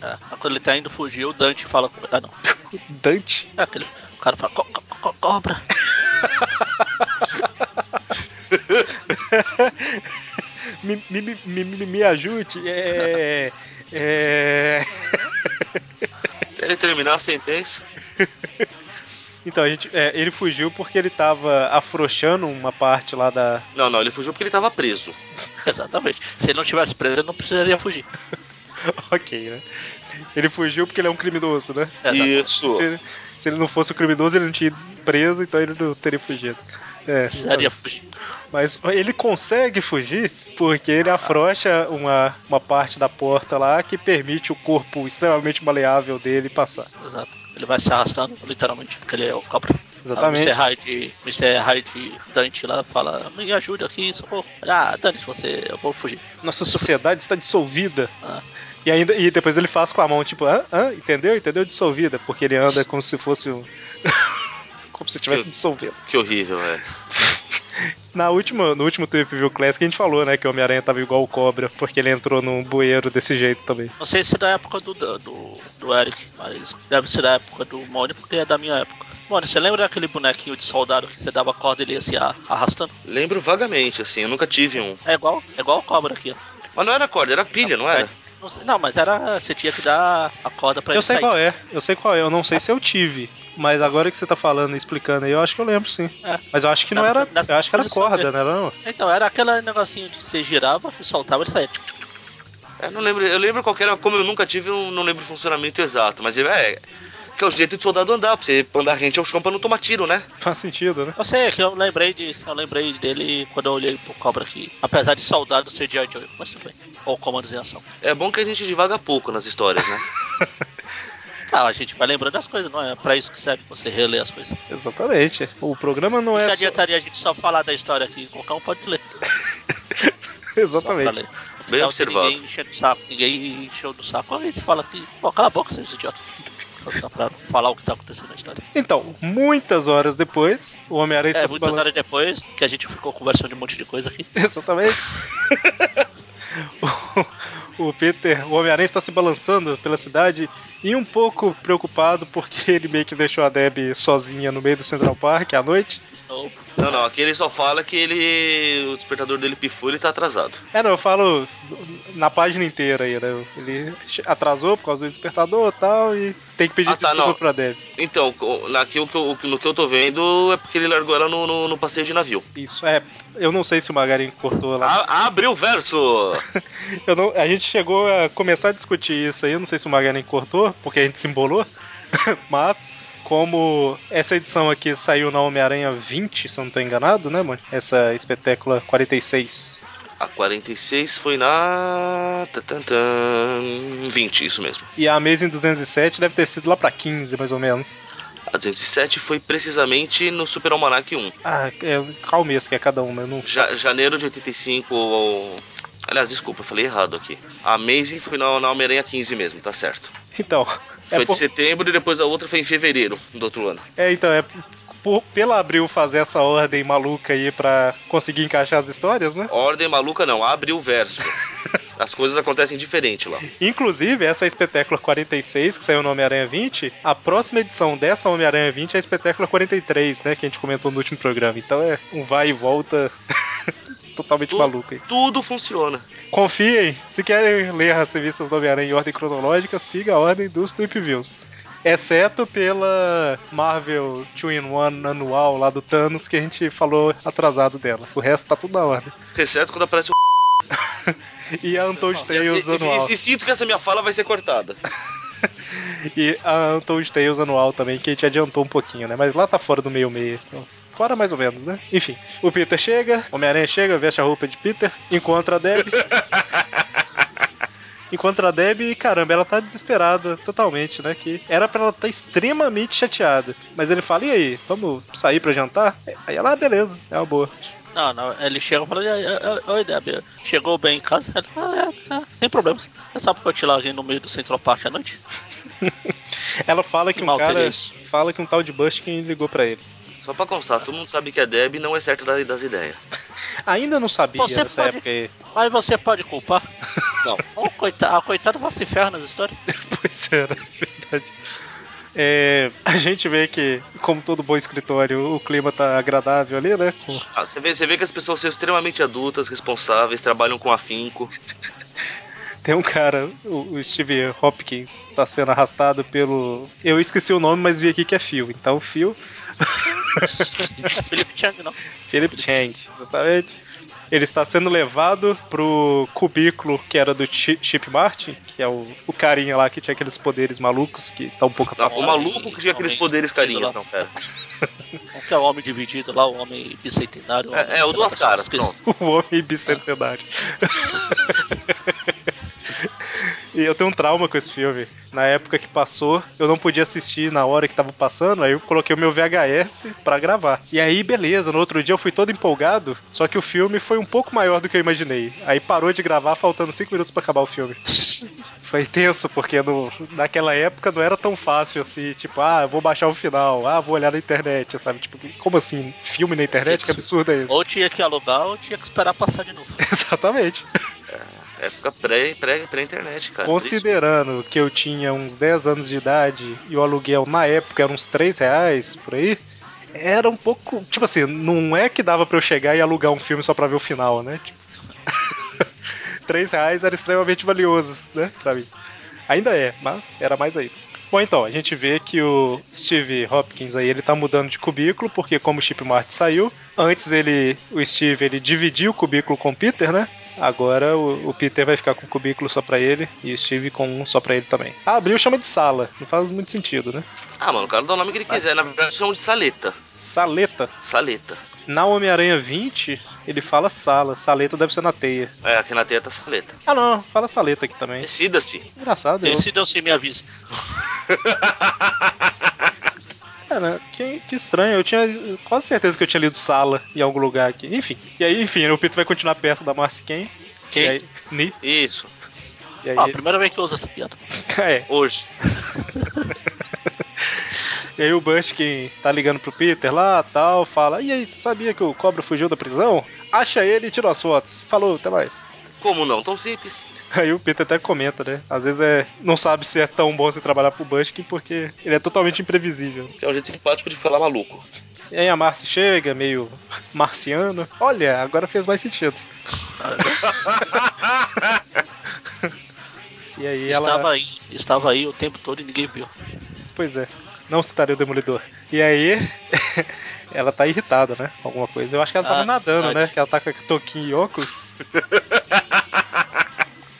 S3: É, quando ele tá indo fugir, o Dante fala com. Ah, não.
S1: O Dante.
S3: É aquele. O cara fala: "Co- co- co- cobra.
S1: me, me, me, me, me- me ajude. É. É.
S4: Até ele terminar a sentença.
S1: Então, a gente, é, ele fugiu porque ele tava afrouxando uma parte lá da.
S4: Não, não, ele fugiu porque ele tava preso.
S3: Exatamente. Se ele não tivesse preso, ele não precisaria fugir.
S1: ok, né? Ele fugiu porque ele é um criminoso, né?
S3: Exatamente.
S4: Isso.
S1: Se ele, se ele não fosse o criminoso, ele não tinha ido preso, então ele não teria fugido. É,
S3: Precisaria fugir.
S1: mas ele consegue fugir porque ele afrouxa uma, uma parte da porta lá que permite o corpo extremamente maleável dele passar.
S3: Exato. Ele vai se arrastando, literalmente, porque ele é o cobra.
S1: Exatamente.
S3: Aí o Mr. Hyde, Mr. Hyde Dante lá fala, me ajude aqui, socorro. Ele, Ah, dane você, eu vou fugir.
S1: Nossa sociedade está dissolvida.
S3: Ah,
S1: E ainda e depois ele faz com a mão, tipo, hã? Hã? Entendeu? Entendeu? Dissolvida. Porque ele anda como se fosse um. como se estivesse dissolvendo.
S4: Que horrível, é.
S1: Na última, no último Trip View Classic a gente falou, né, que o Homem-Aranha tava igual o Cobra, porque ele entrou num bueiro desse jeito também.
S3: não sei se é da época do, do, do Eric, mas deve ser da época do Mônio, porque é da minha época. Mônio, você lembra daquele bonequinho de soldado que você dava corda e ele ia se a- arrastando?
S4: Lembro vagamente, assim, eu nunca tive um.
S3: É igual, é igual o cobra aqui, ó.
S4: Mas não era corda, era pilha, não era?
S3: Não, sei- não, mas era. Você tinha que dar a corda pra
S1: Eu
S3: ele
S1: sei
S3: sair.
S1: qual é, eu sei qual é, eu não sei se eu tive. Mas agora que você tá falando e explicando aí, eu acho que eu lembro sim.
S3: É.
S1: Mas eu acho que não
S3: Na-
S1: era.
S3: na-
S1: Eu acho que era
S3: posição
S1: corda,
S3: dele.
S1: né? Não?
S3: Então, era aquele negocinho de você girava e soltava e saía.
S4: É, não lembro, eu lembro qual que era, como eu nunca tive, eu não lembro o funcionamento exato, mas é. Que é o jeito de soldado andar, pra você andar rente ao chão pra não tomar tiro, né?
S1: Faz sentido, né?
S3: Eu sei que eu lembrei disso, eu lembrei dele quando eu olhei pro Cobra aqui. Apesar de saudade ser G.I. Joe, mas tudo bem. Ou comandos em ação.
S4: É bom que a gente divaga pouco nas histórias, né?
S3: Ah, a gente vai lembrando das coisas, não é? Pra isso que serve você reler as coisas.
S1: Exatamente. O programa não
S3: Não
S1: é.
S3: que
S1: Só...
S3: adiantaria a gente só falar da história aqui, qualquer um pode ler. Só pra
S1: Exatamente.
S3: ler. Não precisava ter
S4: observado.
S3: Ninguém encheu do saco, ninguém encheu do saco. Aí gente fala que. Pô, cala a boca, seus idiotas. Só pra falar o que tá acontecendo na história.
S1: Então, muitas horas depois, o Homem-Aranha
S3: É,
S1: está se
S3: muitas horas
S1: balançando.
S3: depois que a gente ficou conversando de um monte de coisa aqui.
S1: Exatamente. o, o Peter, o Homem-Aranha está se balançando pela cidade e um pouco preocupado porque ele meio que deixou a Deb sozinha no meio do Central Park à noite.
S3: De novo.
S4: Não, não, aqui ele só fala que ele. O despertador dele pifou, ele tá atrasado.
S1: É, não, eu falo na página inteira aí, né? Ele atrasou por causa do despertador e tal, e tem que pedir
S4: Ah, tá,
S1: desculpa
S4: não.
S1: pra Deb.
S4: Então, co- naquilo que eu, no que eu tô vendo, é porque ele largou ela no, no- no passeio de navio.
S1: Isso, é. Eu não sei se o Magarin cortou lá.
S4: A, abre o verso!
S1: Eu não- a gente chegou a começar a discutir isso aí, eu não sei se o Magarin cortou, porque a gente se embolou, mas. Como essa edição aqui saiu na Homem-Aranha 20, se eu não tô enganado, né, mano? Essa espetácula 46.
S4: A 46 foi na. Tantantan, 20, isso mesmo.
S1: E a Amazing 207 deve ter sido lá pra 15, mais ou menos.
S4: A 207 foi precisamente no Super Almanac 1.
S1: Ah, é, qual mês que é cada uma? Eu não
S4: Ja- janeiro de 85 ao. Aliás, desculpa, eu falei errado aqui. A Amazing foi na, na Homem-Aranha 15 mesmo, tá certo.
S1: Então,
S4: Foi
S1: é,
S4: de
S1: por-
S4: setembro e depois a outra foi em fevereiro do outro ano.
S1: é, então, é por, pela Abril fazer essa ordem maluca aí pra conseguir encaixar as histórias, né?
S4: Ordem maluca não, abre o verso. As coisas acontecem diferente lá.
S1: Inclusive, essa é espetácula 46, que saiu no Homem-Aranha 20, a próxima edição dessa Homem-Aranha 20 é a espetácula 43, né? Que a gente comentou no último programa. Então é um vai e volta totalmente
S4: Tu-
S1: maluco aí.
S4: Tudo funciona.
S1: Confiem, se querem ler as revistas do Homem-Aranha em ordem cronológica, siga a ordem dos Trip Views. Exceto pela Marvel 2-in-1 anual lá do Thanos, que a gente falou atrasado dela. O resto tá tudo na ordem.
S4: Exceto quando aparece o.
S1: E a Untold
S4: E, e,
S1: Tales anual.
S4: e- e sinto que essa minha fala vai ser cortada.
S1: E a Untold Tales anual também, que a gente adiantou um pouquinho, né? Mas lá tá fora do meio-meio. então, Fora mais ou menos, né? Enfim, o Peter chega, Homem-Aranha chega, veste a roupa de Peter, encontra a Debbie. encontra a Debbie e caramba, ela tá desesperada totalmente, né? Que era pra ela estar extremamente chateada. Mas ele fala: e aí, vamos sair pra jantar? Aí ela, ah, beleza, é uma boa.
S3: Não, não, ele chega e fala, "E aí, ó, ó, oi Debbia, chegou bem em casa? Ela fala, "Ah, é, é, sem problemas. Você sabe que eu te larguei no meio do Central Park à noite?
S1: Ela fala que,
S3: Que
S1: um
S3: mal
S1: cara.
S3: teria isso.
S1: Fala que um tal de Bushkin ligou pra ele.
S4: Só pra constar, todo mundo sabe que a Deb não é certa da- das ideias.
S1: Ainda não sabia
S3: Você
S1: nessa
S3: pode-
S1: época aí.
S3: Mas você pode culpar?
S4: Não.
S3: Oh, coitado, a coitada vai se ferrar nas histórias.
S1: Pois era, verdade. É, a gente vê que, como todo bom escritório, o clima tá agradável ali, né? Com-
S4: Ah, você, vê, você vê que as pessoas são extremamente adultas, responsáveis, trabalham com afinco.
S1: Tem um cara, o, o Steve Hopkins, tá sendo arrastado pelo. Eu esqueci o nome, mas vi aqui que é Phil. Então, Phil
S3: Felipe Chang, não.
S1: Philip Chang, exatamente. Ele está sendo levado pro cubículo que era do Chi- Chip Martin, que é o, o carinha lá que tinha aqueles poderes malucos que tá um pouco
S4: Não,
S1: afastado.
S4: Ah, o maluco que tinha aqueles poderes carinhas, não, pera.
S3: O que é o homem dividido lá, o homem bicentenário. o homem-
S4: É, é o duas caras,
S3: Esqueci.
S4: pronto.
S1: O um homem bicentenário. e eu tenho um trauma com esse filme. Na época que passou, eu não podia assistir na hora que tava passando, aí eu coloquei o meu VHS pra gravar. E aí, beleza, no outro dia eu fui todo empolgado, só que o filme foi um pouco maior do que eu imaginei. Aí parou de gravar, faltando 5 minutos pra acabar o filme. Foi tenso, porque no- naquela época não era tão fácil assim, tipo, ah, eu vou baixar o final, ah, vou olhar na internet, sabe? Tipo, como assim? Filme na internet? Que absurdo é isso?
S3: Ou tinha que alugar ou tinha que esperar passar de novo.
S1: Exatamente.
S4: Época É, pré- pré- pré-internet, cara.
S1: Considerando que eu tinha uns 10 anos de idade e o aluguel na época era uns 3 reais por aí, era um pouco. Tipo assim, não é que dava pra eu chegar e alugar um filme só pra ver o final, né? Tipo... 3 reais era extremamente valioso, né? Pra mim. Ainda é, mas era mais aí. Bom, então, a gente vê que o Steve Hopkins aí, ele tá mudando de cubículo, porque como o Chip Martin saiu, antes ele, o Steve, ele dividia o cubículo com o Peter, né? Agora o, o Peter vai ficar com o cubículo só pra ele e o Steve com um só pra ele também. Ah, abriu chama de sala, não faz muito sentido, né?
S4: Ah, mano, o cara dá o nome que ele quiser. Na verdade, chamam de saleta.
S1: Saleta.
S4: Saleta.
S1: Na Homem-Aranha 20, ele fala sala, saleta deve ser na teia.
S4: É, aqui na teia tá saleta.
S1: Ah, não, fala saleta aqui também.
S4: Decida-se.
S1: Engraçado, eu...
S3: Decidam se me avisa.
S1: Cara, que, que estranho. Eu tinha quase certeza que eu tinha lido sala em algum lugar aqui. Enfim. E aí, enfim, o Peter vai continuar perto da Marcy Ken. E
S3: Quem?
S1: aí, Ni.
S4: Isso.
S1: E aí,
S3: Ah, a primeira vez que eu uso essa piada.
S1: é.
S4: Hoje.
S1: E aí o Bushkin tá ligando pro Peter lá tal, fala: E aí, você sabia que o cobra fugiu da prisão? Acha ele e tira as fotos. Falou, até mais.
S4: Como não? Tão simples.
S1: Aí o Peter até comenta, né? Às vezes é. Não sabe se é tão bom você trabalhar pro Bushkin porque ele é totalmente imprevisível.
S4: É um jeito simpático de falar maluco.
S1: E aí a Marcy chega, meio marciana. Olha, agora fez mais sentido. E aí ela.
S3: Estava aí, estava aí o tempo todo e ninguém viu.
S1: Pois é. Não citarei o Demolidor. E aí, ela tá irritada, né? Alguma coisa. Eu acho que ela tava
S3: Ah,
S1: nadando, né?
S3: verdade.
S1: Que ela tá com a toquinha e óculos.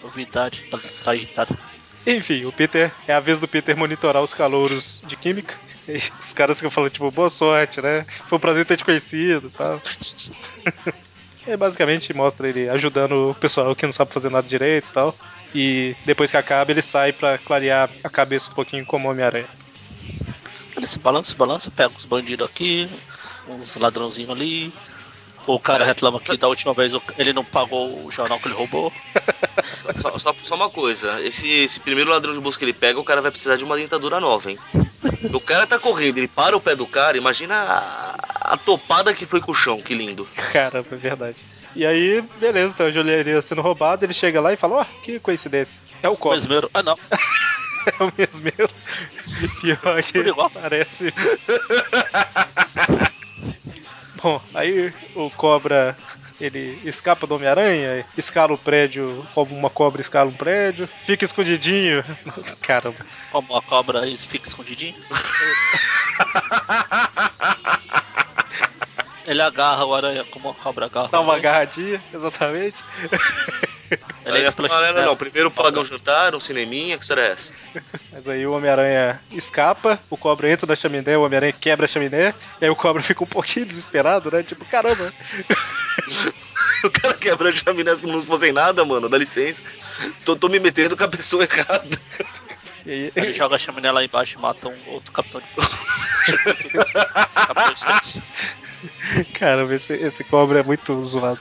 S3: Novidade, tá, tá irritado.
S1: Enfim, o Peter. É a vez do Peter monitorar os calouros de química. E os caras ficam falando, tipo, boa sorte, né? Foi um prazer ter te conhecido e tal. E basicamente mostra ele ajudando o pessoal que não sabe fazer nada direito e tal. E depois que acaba, ele sai pra clarear a cabeça um pouquinho como Homem-Aranha.
S3: Ele se balança, se balança, pega uns bandidos aqui, uns ladrãozinhos ali. O cara
S4: É,
S3: reclama que da última vez o- ele não pagou o jornal que ele roubou.
S4: Só, só- só uma coisa. Esse, esse primeiro ladrão de bolsa que ele pega, o cara vai precisar de uma dentadura nova, hein? O cara tá correndo, ele para o pé do cara, imagina a, a topada que foi com o chão, que lindo.
S1: Caramba, é verdade. E aí, beleza, então a joalheria sendo roubada, ele chega lá e fala, ó, que coincidência. É o copo,
S3: Mesmeiro. Ah, não.
S1: é o mesmo. E pior
S3: Tudo igual.
S1: que parece. Bom, aí o cobra Ele escapa do Homem-Aranha, escala o prédio como uma cobra escala um prédio, fica escondidinho. Caramba.
S3: Como a cobra isso fica escondidinho. Ele agarra o aranha como a cobra agarra.
S1: Dá
S3: o
S1: uma
S3: aranha.
S1: agarradinha, exatamente.
S4: Aí
S3: Ele
S4: eu
S3: é
S4: falo, não, não, não,
S3: flash.
S4: primeiro paga um jantar, um cineminha, que história é essa?
S1: Mas aí o Homem-Aranha escapa, o cobra entra na chaminé, o Homem-Aranha quebra a chaminé, e aí o cobra fica um pouquinho desesperado, né? Tipo, caramba.
S4: O cara quebra de chaminés que não fazem nada, mano, dá licença. Tô, tô me metendo com a pessoa errada.
S1: E
S3: Ele
S1: aí,
S3: joga a chaminé lá embaixo e mata um outro capitão de Capitão de States.
S1: caramba, esse, esse cobra é muito zoado.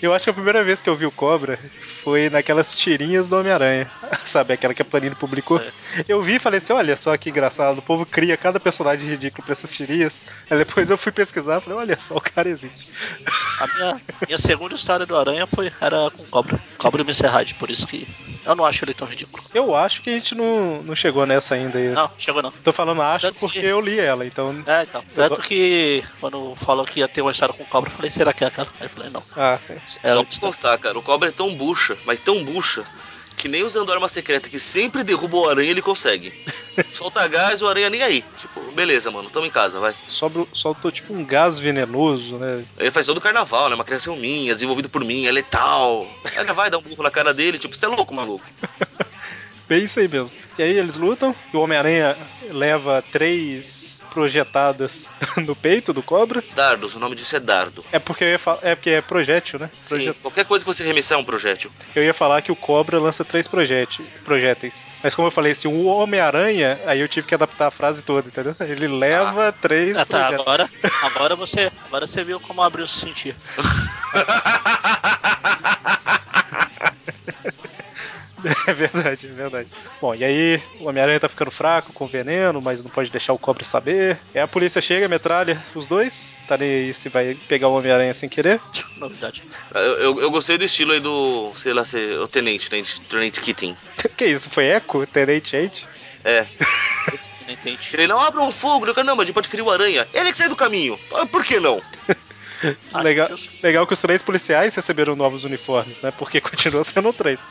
S1: Eu acho que a primeira vez que eu vi o cobra foi naquelas tirinhas do Homem-Aranha. Sabe, aquela que a Panini publicou.
S3: Sei.
S1: Eu vi e falei assim: olha só que engraçado, o povo cria cada personagem ridículo pra essas tirinhas. Aí depois eu fui pesquisar e falei: olha só, o cara existe.
S3: A minha, minha segunda história do Aranha foi, era com Cobra. Cobra e Mr. Hyde, por isso que eu não acho ele tão ridículo.
S1: Eu acho que a gente não, não chegou nessa ainda. aí.
S3: Não, chegou não.
S1: Tô falando acho
S3: Tanto
S1: porque
S3: que-
S1: eu li ela, então.
S3: É, então. Tanto que quando falou que ia ter uma história com Cobra, eu falei, será que é aquela? Aí eu falei, não.
S1: Ah, sim.
S3: Era
S4: Só pra constar, cara, o cobra é tão bucha, mas tão bucha, que nem usando arma secreta que sempre derruba o aranha ele consegue. Solta gás, o aranha nem aí. Tipo, beleza, mano, tamo em casa, vai.
S1: Sobra, soltou tipo um gás venenoso, né?
S4: Ele faz todo o carnaval, né? Uma criação minha, desenvolvido por mim, é letal. Aí Ela vai dar um burro na cara dele, tipo, você é louco, maluco.
S1: Bem isso aí mesmo. E aí eles lutam, e o Homem-Aranha leva três projetadas no peito do cobra.
S4: Dardos, o nome disso é dardo.
S1: É porque eu ia falar. É porque é projétil, né?
S4: Sim,
S1: Proje-
S4: qualquer coisa que você remessar é um projétil.
S1: Eu ia falar que o cobra lança três projéti- projéteis. Mas como eu falei assim, o Homem-Aranha, aí eu tive que adaptar a frase toda, entendeu? Ele leva três
S3: Ah, tá,
S1: projéteis.
S3: agora, agora, você, agora você viu como abriu se sentir.
S1: É verdade, é verdade. Bom, e aí o Homem-Aranha tá ficando fraco com veneno, mas não pode deixar o cobre saber. Aí a polícia chega, metralha os dois. Tá nem aí se vai pegar o Homem-Aranha sem querer.
S3: Novidade.
S4: Eu, eu, eu gostei do estilo aí do, sei lá, se- o tenente, né? de- Tenente Kitten.
S1: Que isso, foi eco? Tenente Eight?
S4: É.
S3: Nem tente.
S4: Ele não abra um fogo, né? caramba, a gente pode ferir o aranha. Ele que sai do caminho. Ah, Por que não?
S3: Acho
S1: Legal,
S3: justo.
S1: legal que os três policiais receberam novos uniformes, né? Porque continua sendo três.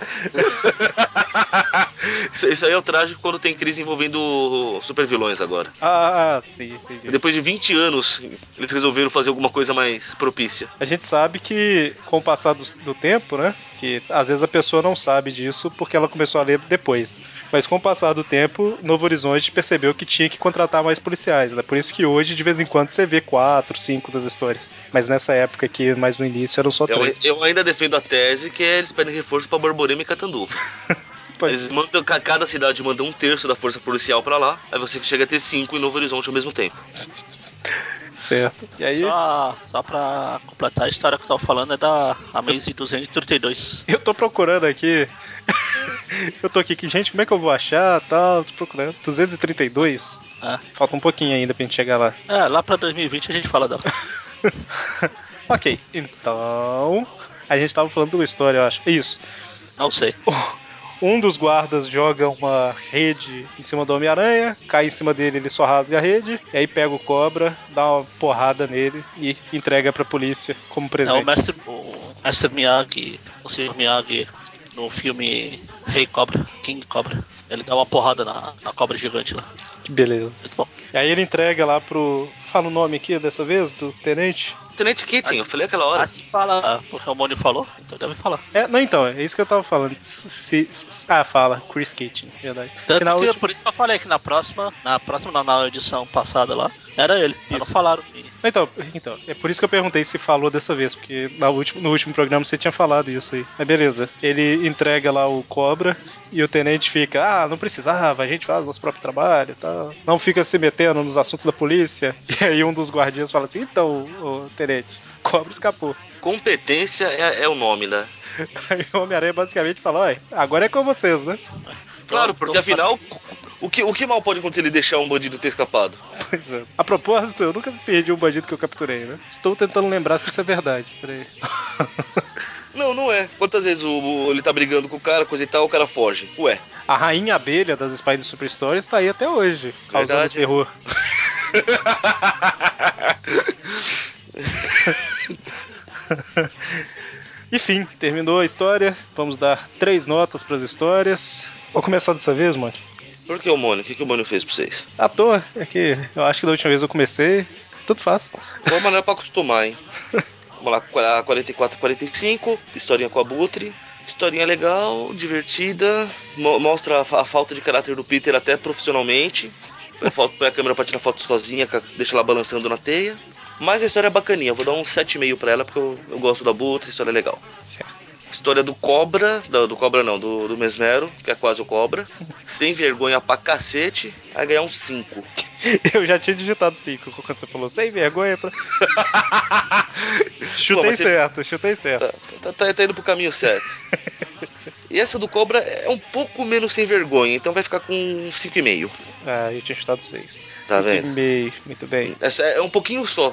S4: Isso, isso aí é o trágico quando tem crise envolvendo supervilões agora.
S1: Ah, sim,
S4: E
S1: entendi.
S4: depois de 20 anos, eles resolveram fazer alguma coisa mais propícia.
S1: A gente sabe que com o passar do, do tempo, né? Que às vezes a pessoa não sabe disso porque ela começou a ler depois. Mas com o passar do tempo, Novo Horizonte percebeu que tinha que contratar mais policiais, né? Por isso que hoje, de vez em quando, você vê quatro, cinco das histórias. Mas nessa época aqui, mais no início, eram só
S4: Eu,
S1: três.
S4: eu ainda defendo a tese que eles pedem reforço pra Borborema e Catanduva. Eles
S3: um
S1: Pois-
S4: mandam, ca- cada cidade manda um terço da força policial pra lá, aí você chega a ter cinco em Novo Horizonte ao mesmo tempo.
S1: certo. E aí,
S3: Só, só pra completar a história que eu tava falando, é da Amazing 232.
S1: eu tô procurando aqui. eu tô aqui, que, gente, como é que eu vou achar? Tal, tô procurando. 232?
S3: Ah.
S1: Falta um pouquinho ainda pra gente chegar lá.
S3: É, lá pra 2020 a gente fala dela.
S1: Ok, então. A gente tava falando de uma história, eu acho. É Isso.
S3: Não sei.
S1: Um dos guardas joga uma rede em cima do Homem-Aranha, cai em cima dele, ele só rasga a rede, e aí pega o cobra, dá uma porrada nele e entrega pra polícia como
S3: É o
S1: presente.
S3: mestre, o mestre Miyagi, o senhor Miyagi, no filme Rei Cobra, King Cobra. Ele dá uma porrada na, na cobra gigante lá.
S1: Que beleza.
S3: Muito bom.
S1: E aí ele entrega lá pro. Fala o nome aqui dessa vez, do tenente?
S4: Tenente Kitten, eu falei aquela hora.
S3: Acho que fala, porque o Mônio falou, então deve falar.
S1: É, não, então, é isso que eu tava falando. Se- se- se- ah, fala, Chris Kitchen, verdade.
S3: Tanto
S1: Que na
S3: que,
S1: última-
S3: por isso que eu falei que na próxima, na próxima, não, na edição passada lá, era ele. Só não
S1: Isso.
S3: falaram. E-
S1: Então, então, é por isso que eu perguntei se falou dessa vez, porque na última, no último programa você tinha falado isso aí. Mas beleza, ele entrega lá o cobra e o tenente fica, ah, não precisava, a gente faz nosso próprio trabalho e tal. Não fica se metendo nos assuntos da polícia. E aí um dos guardias fala assim, então, ô, tenente, o cobra escapou.
S4: Competência é, é o nome, né?
S1: Aí o Homem-Aranha basicamente fala, olha, agora é com vocês, né? então
S4: Claro,
S3: Então,
S4: porque afinal, o que, o que mal pode acontecer ele deixar um bandido ter escapado?
S1: Pois é. A propósito, eu nunca perdi um bandido que eu capturei, né? Estou tentando lembrar se isso é verdade. Peraí.
S4: Não, não é. Quantas vezes o, o- ele tá brigando com o cara, coisa e tal, o cara foge? Ué.
S1: A rainha abelha das Spider Super Stories tá aí até hoje, causando
S4: Verdade.
S1: terror. Enfim, terminou a história. Vamos dar três notas pras histórias. Vou começar dessa vez, mano.
S4: Por que o Mônio? O que, que o Mônio fez pra vocês?
S1: À toa, é que eu acho que da última vez eu comecei. Tanto faz.
S4: Boa maneira pra acostumar, hein? Vamos lá, qua- 44, 45, historinha com abutre. Historinha legal, divertida, mo- mostra a, fa- a falta de caráter do Peter até profissionalmente. Põe, foto- põe a câmera pra tirar foto sozinha, ca- deixa ela balançando na teia. Mas a história é bacaninha, eu vou dar um 7,5 pra ela porque eu, eu gosto da Abutre, a história é legal.
S1: Certo.
S4: História do Cobra, da- do, Cobra não, do, do Mesmero, que é quase o Cobra. Sem vergonha pra cacete, vai ganhar um 5.
S1: Eu já tinha digitado 5 quando você falou sem vergonha. Pra... chutei
S4: Pô, mas você-
S1: certo, chutei certo.
S4: Tá, tá, tá- tá indo pro caminho certo. e essa do Cobra é um pouco menos sem vergonha, então vai ficar com 5,5.
S1: Ah, eu tinha chutado 6.
S4: Tá vendo?
S1: Muito bem.
S4: Essa é um pouquinho só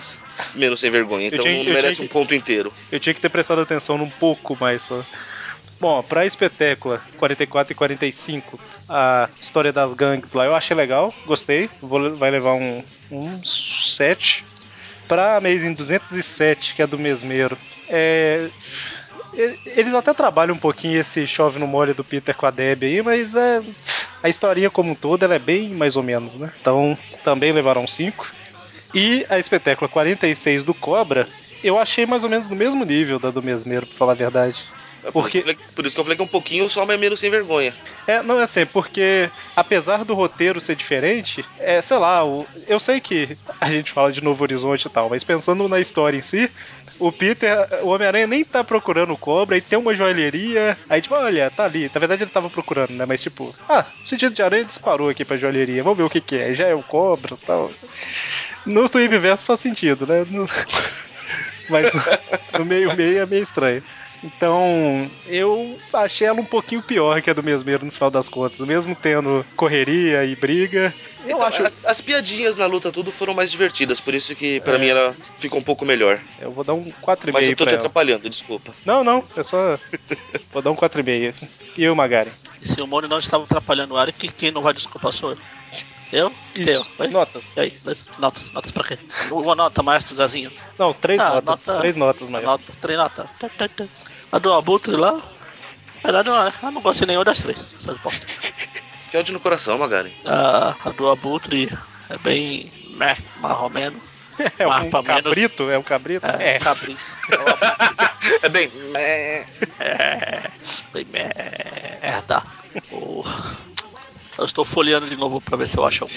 S4: menos sem vergonha, então
S1: tinha-
S4: não
S1: eu
S4: merece
S1: tinha-
S4: um ponto inteiro.
S1: Eu tinha que ter prestado atenção num pouco mais só. Bom, pra espetácula 44 e 45, a história das gangues lá eu achei legal, gostei, vou, vai levar um, um 7. Pra Amazing 207, que é do mesmeiro, é, e- eles até trabalham um pouquinho esse chove no mole do Peter com a Debbie aí, mas é, a historinha como um todo ela é bem mais ou menos, né? Então também levaram 5. E a espetácula 46 do Cobra, eu achei mais ou menos no mesmo nível da do mesmeiro, pra falar a verdade.
S4: É por,
S1: Porque-
S4: isso que eu falei- por isso que eu falei que é um pouquinho só, mas é menos sem vergonha.
S1: É, não é assim, porque apesar do roteiro ser diferente, é, sei lá, o- eu sei que a gente fala de Novo Horizonte e tal, mas pensando na história em si, o Peter, o Homem-Aranha nem tá procurando o cobra, e tem uma joalheria, aí tipo, olha, tá ali. Na verdade ele tava procurando, né? Mas tipo, ah, o sentido de aranha disparou aqui pra joalheria, vamos ver o que que é, já é o cobra e tal. No Twib Verso faz sentido, né? No- Mas no- no meio-meio é meio estranho. Então, eu achei ela um pouquinho pior que a do mesmeiro no final das contas, mesmo tendo correria e briga. Eu
S4: Então,
S1: acho.
S4: as, as piadinhas na luta tudo foram mais divertidas, por isso que pra mim ela ficou um pouco melhor.
S1: Eu vou dar um 4,5
S4: Mas eu tô
S1: É. pra
S4: te
S1: ela.
S4: atrapalhando, desculpa.
S1: Não, não, é só. vou dar um 4,5. E eu, Magari?
S3: E se o Mônio não estava atrapalhando o Eric, quem não vai desculpar sou eu. Eu? Teu. Oi?
S1: Notas.
S3: E aí? Dois- Notas. Notas pra quê? Uma nota, maestro Zezinho.
S1: Não, três
S3: Ah,
S1: notas.
S3: nota-
S1: Três notas,
S3: Uma
S1: mas.
S3: Nota, três notas. Tá, tá, tá. A do Abutre lá. Na verdade, eu- eu não gostei nenhuma das três. Essas bosta. Ah,
S4: Que ódio no coração, Magari.
S3: A, a do Abutre é bem. meh, marromeno.
S1: É um
S3: Mapa menos.
S1: cabrito? É um cabrito?
S3: É,
S1: É.
S3: é. cabrito.
S4: É bem.
S3: É, bem merda. O- Eu estou folheando de novo pra ver se eu acho algum.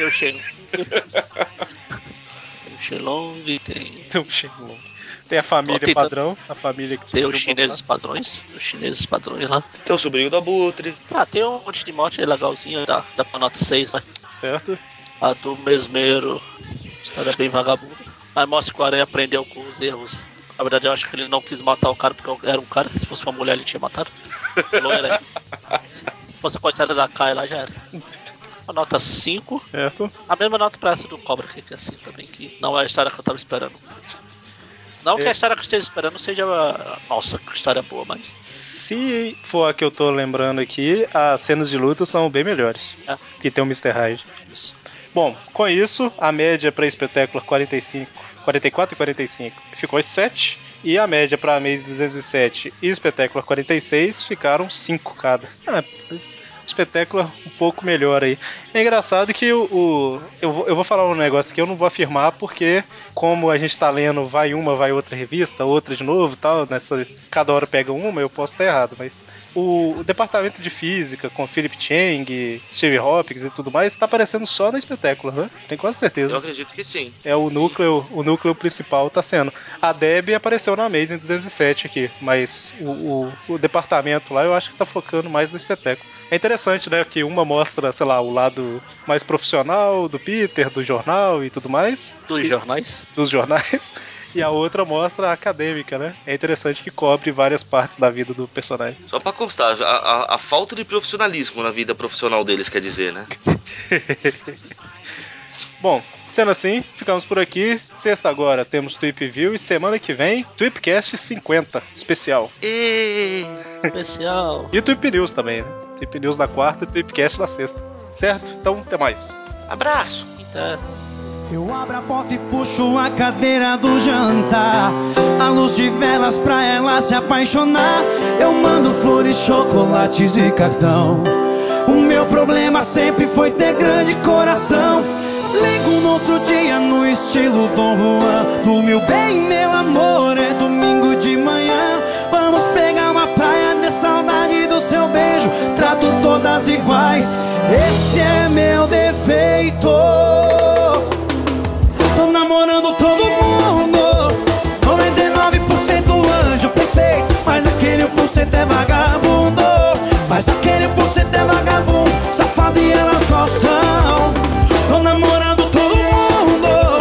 S3: Eu chego. Tem o Xilong, tem,
S1: Tem um Shenlong. Tem a família
S3: Ó, tem
S1: padrão, a família que
S3: tem
S1: descobriu
S3: os chineses
S1: Bonfácio.
S3: padrões, os chineses padrões lá.
S4: Então, sobrinho do Abutre.
S3: Ah, tem um monte de morte legalzinho, dá, dá pra nota 6, né?
S1: Certo?
S3: A do mesmeiro, história bem vagabunda. Aí mostra que o Aranha aprendeu com os erros. Na verdade, eu acho que ele não quis matar o cara porque era um cara. Se fosse uma mulher, ele tinha matado. Loira. Se fosse a coitada da Kai lá, já era. A nota 5.
S1: Certo.
S3: A mesma nota pra essa do Cobra, que é assim também, que não é a história que eu tava esperando. Não que a história que eu esteja esperando seja. ah, Nossa, que história boa, mas.
S1: Se for a que eu tô lembrando aqui, as cenas de luta são bem melhores.
S3: É.
S1: Que tem o Mr. Hyde.
S3: Isso.
S1: Bom, com isso, a média pra espetáculo 45, 44 e 45 ficou 7. E a média pra Amazing 207 e espetáculo 46 ficaram 5 cada. Ah, mas espetáculo um pouco melhor aí. É engraçado que o, o- eu, vou, eu vou falar um negócio que eu não vou afirmar porque como a gente tá lendo vai uma, vai outra revista, outra de novo, e tal, nessa cada hora pega uma, eu posso estar errado, mas o, o departamento de física com Philip Chang, Steve Hopkins e tudo mais tá aparecendo só na espetáculo, né? Tem quase
S4: Eu
S1: certeza.
S4: acredito que sim.
S1: É o núcleo, o núcleo principal tá sendo. A Deb apareceu na Amazing 207 aqui, mas o, o, o departamento lá eu acho que tá focando mais no espetáculo. É interessante, né, que uma mostra, sei lá, o lado mais profissional do Peter, do jornal e tudo mais,
S3: Dos jornais.
S1: dos jornais, e a outra mostra a acadêmica, né? É interessante que cobre várias partes da vida do personagem.
S4: Só pra constar, a, a- a falta de profissionalismo na vida profissional deles quer dizer, né?
S1: Bom, sendo assim, ficamos por aqui. Sexta agora temos Tweep View e semana que vem, Tweepcast 50, especial.
S4: E
S3: Especial.
S1: E Tweep News também, né? Tweep News na quarta e Tweepcast na sexta. Certo? Então, até mais.
S4: abraço.
S3: Eita.
S5: Eu abro a porta e puxo a cadeira do jantar. A luz de velas pra ela se apaixonar. Eu mando flores, chocolates e cartão. O meu problema sempre foi ter grande coração. Ligo no outro dia no estilo Dom Juan. Dormiu bem, meu amor, é domingo de manhã. Vamos pegar uma praia de saudade do seu beijo. Trato todas iguais, esse é meu defeito. Tô namorando todo mundo 99% anjo perfeito Mas aquele 1% é vagabundo Mas aquele 1% é vagabundo Safado e elas gostam Tô namorando todo mundo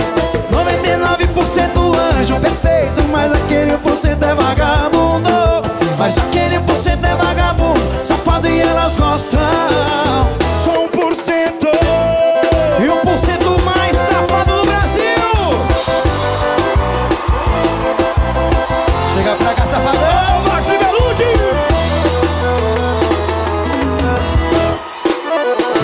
S5: 99% anjo perfeito Mas aquele 1% é vagabundo Mas aquele 1% é vagabundo Safado e elas gostam Só 1% e o por cento mais safado do Brasil. Chega pra cá, safadão, Max Beludi.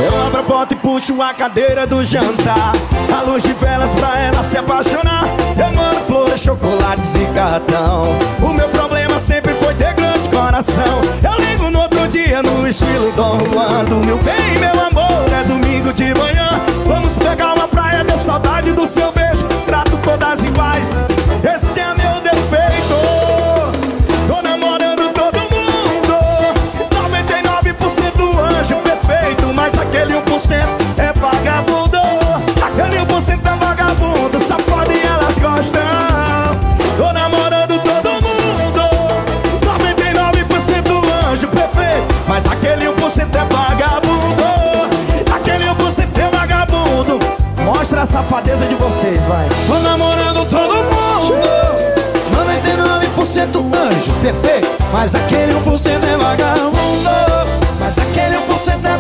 S5: Eu abro a porta e puxo a cadeira do jantar. A luz de velas pra ela se apaixonar. Eu mando flores, chocolates e cartão. O meu problema sempre foi ter grande coração. Eu ligo no outro dia no estilo Dom Juan. Do meu bem, meu amor, é domingo de manhã. Vamos pegar uma praia, deu saudade do seu beijo. Trato todas iguais. Esse é meu defeito. Tô namorando todo mundo. 99% anjo perfeito, mas aquele 1% é vagabundo. Aquele 1% é vagabundo, safado e elas gostam. Tô namorando todo mundo. 99% anjo perfeito, mas aquele 1% é vagabundo. Aquele 1% é vagabundo. Mostra a safadeza de vocês, vai. Tô namorando todo mundo. 99% um anjo perfeito, mas aquele 1% é vagabundo. Mas aquele 1% é um é um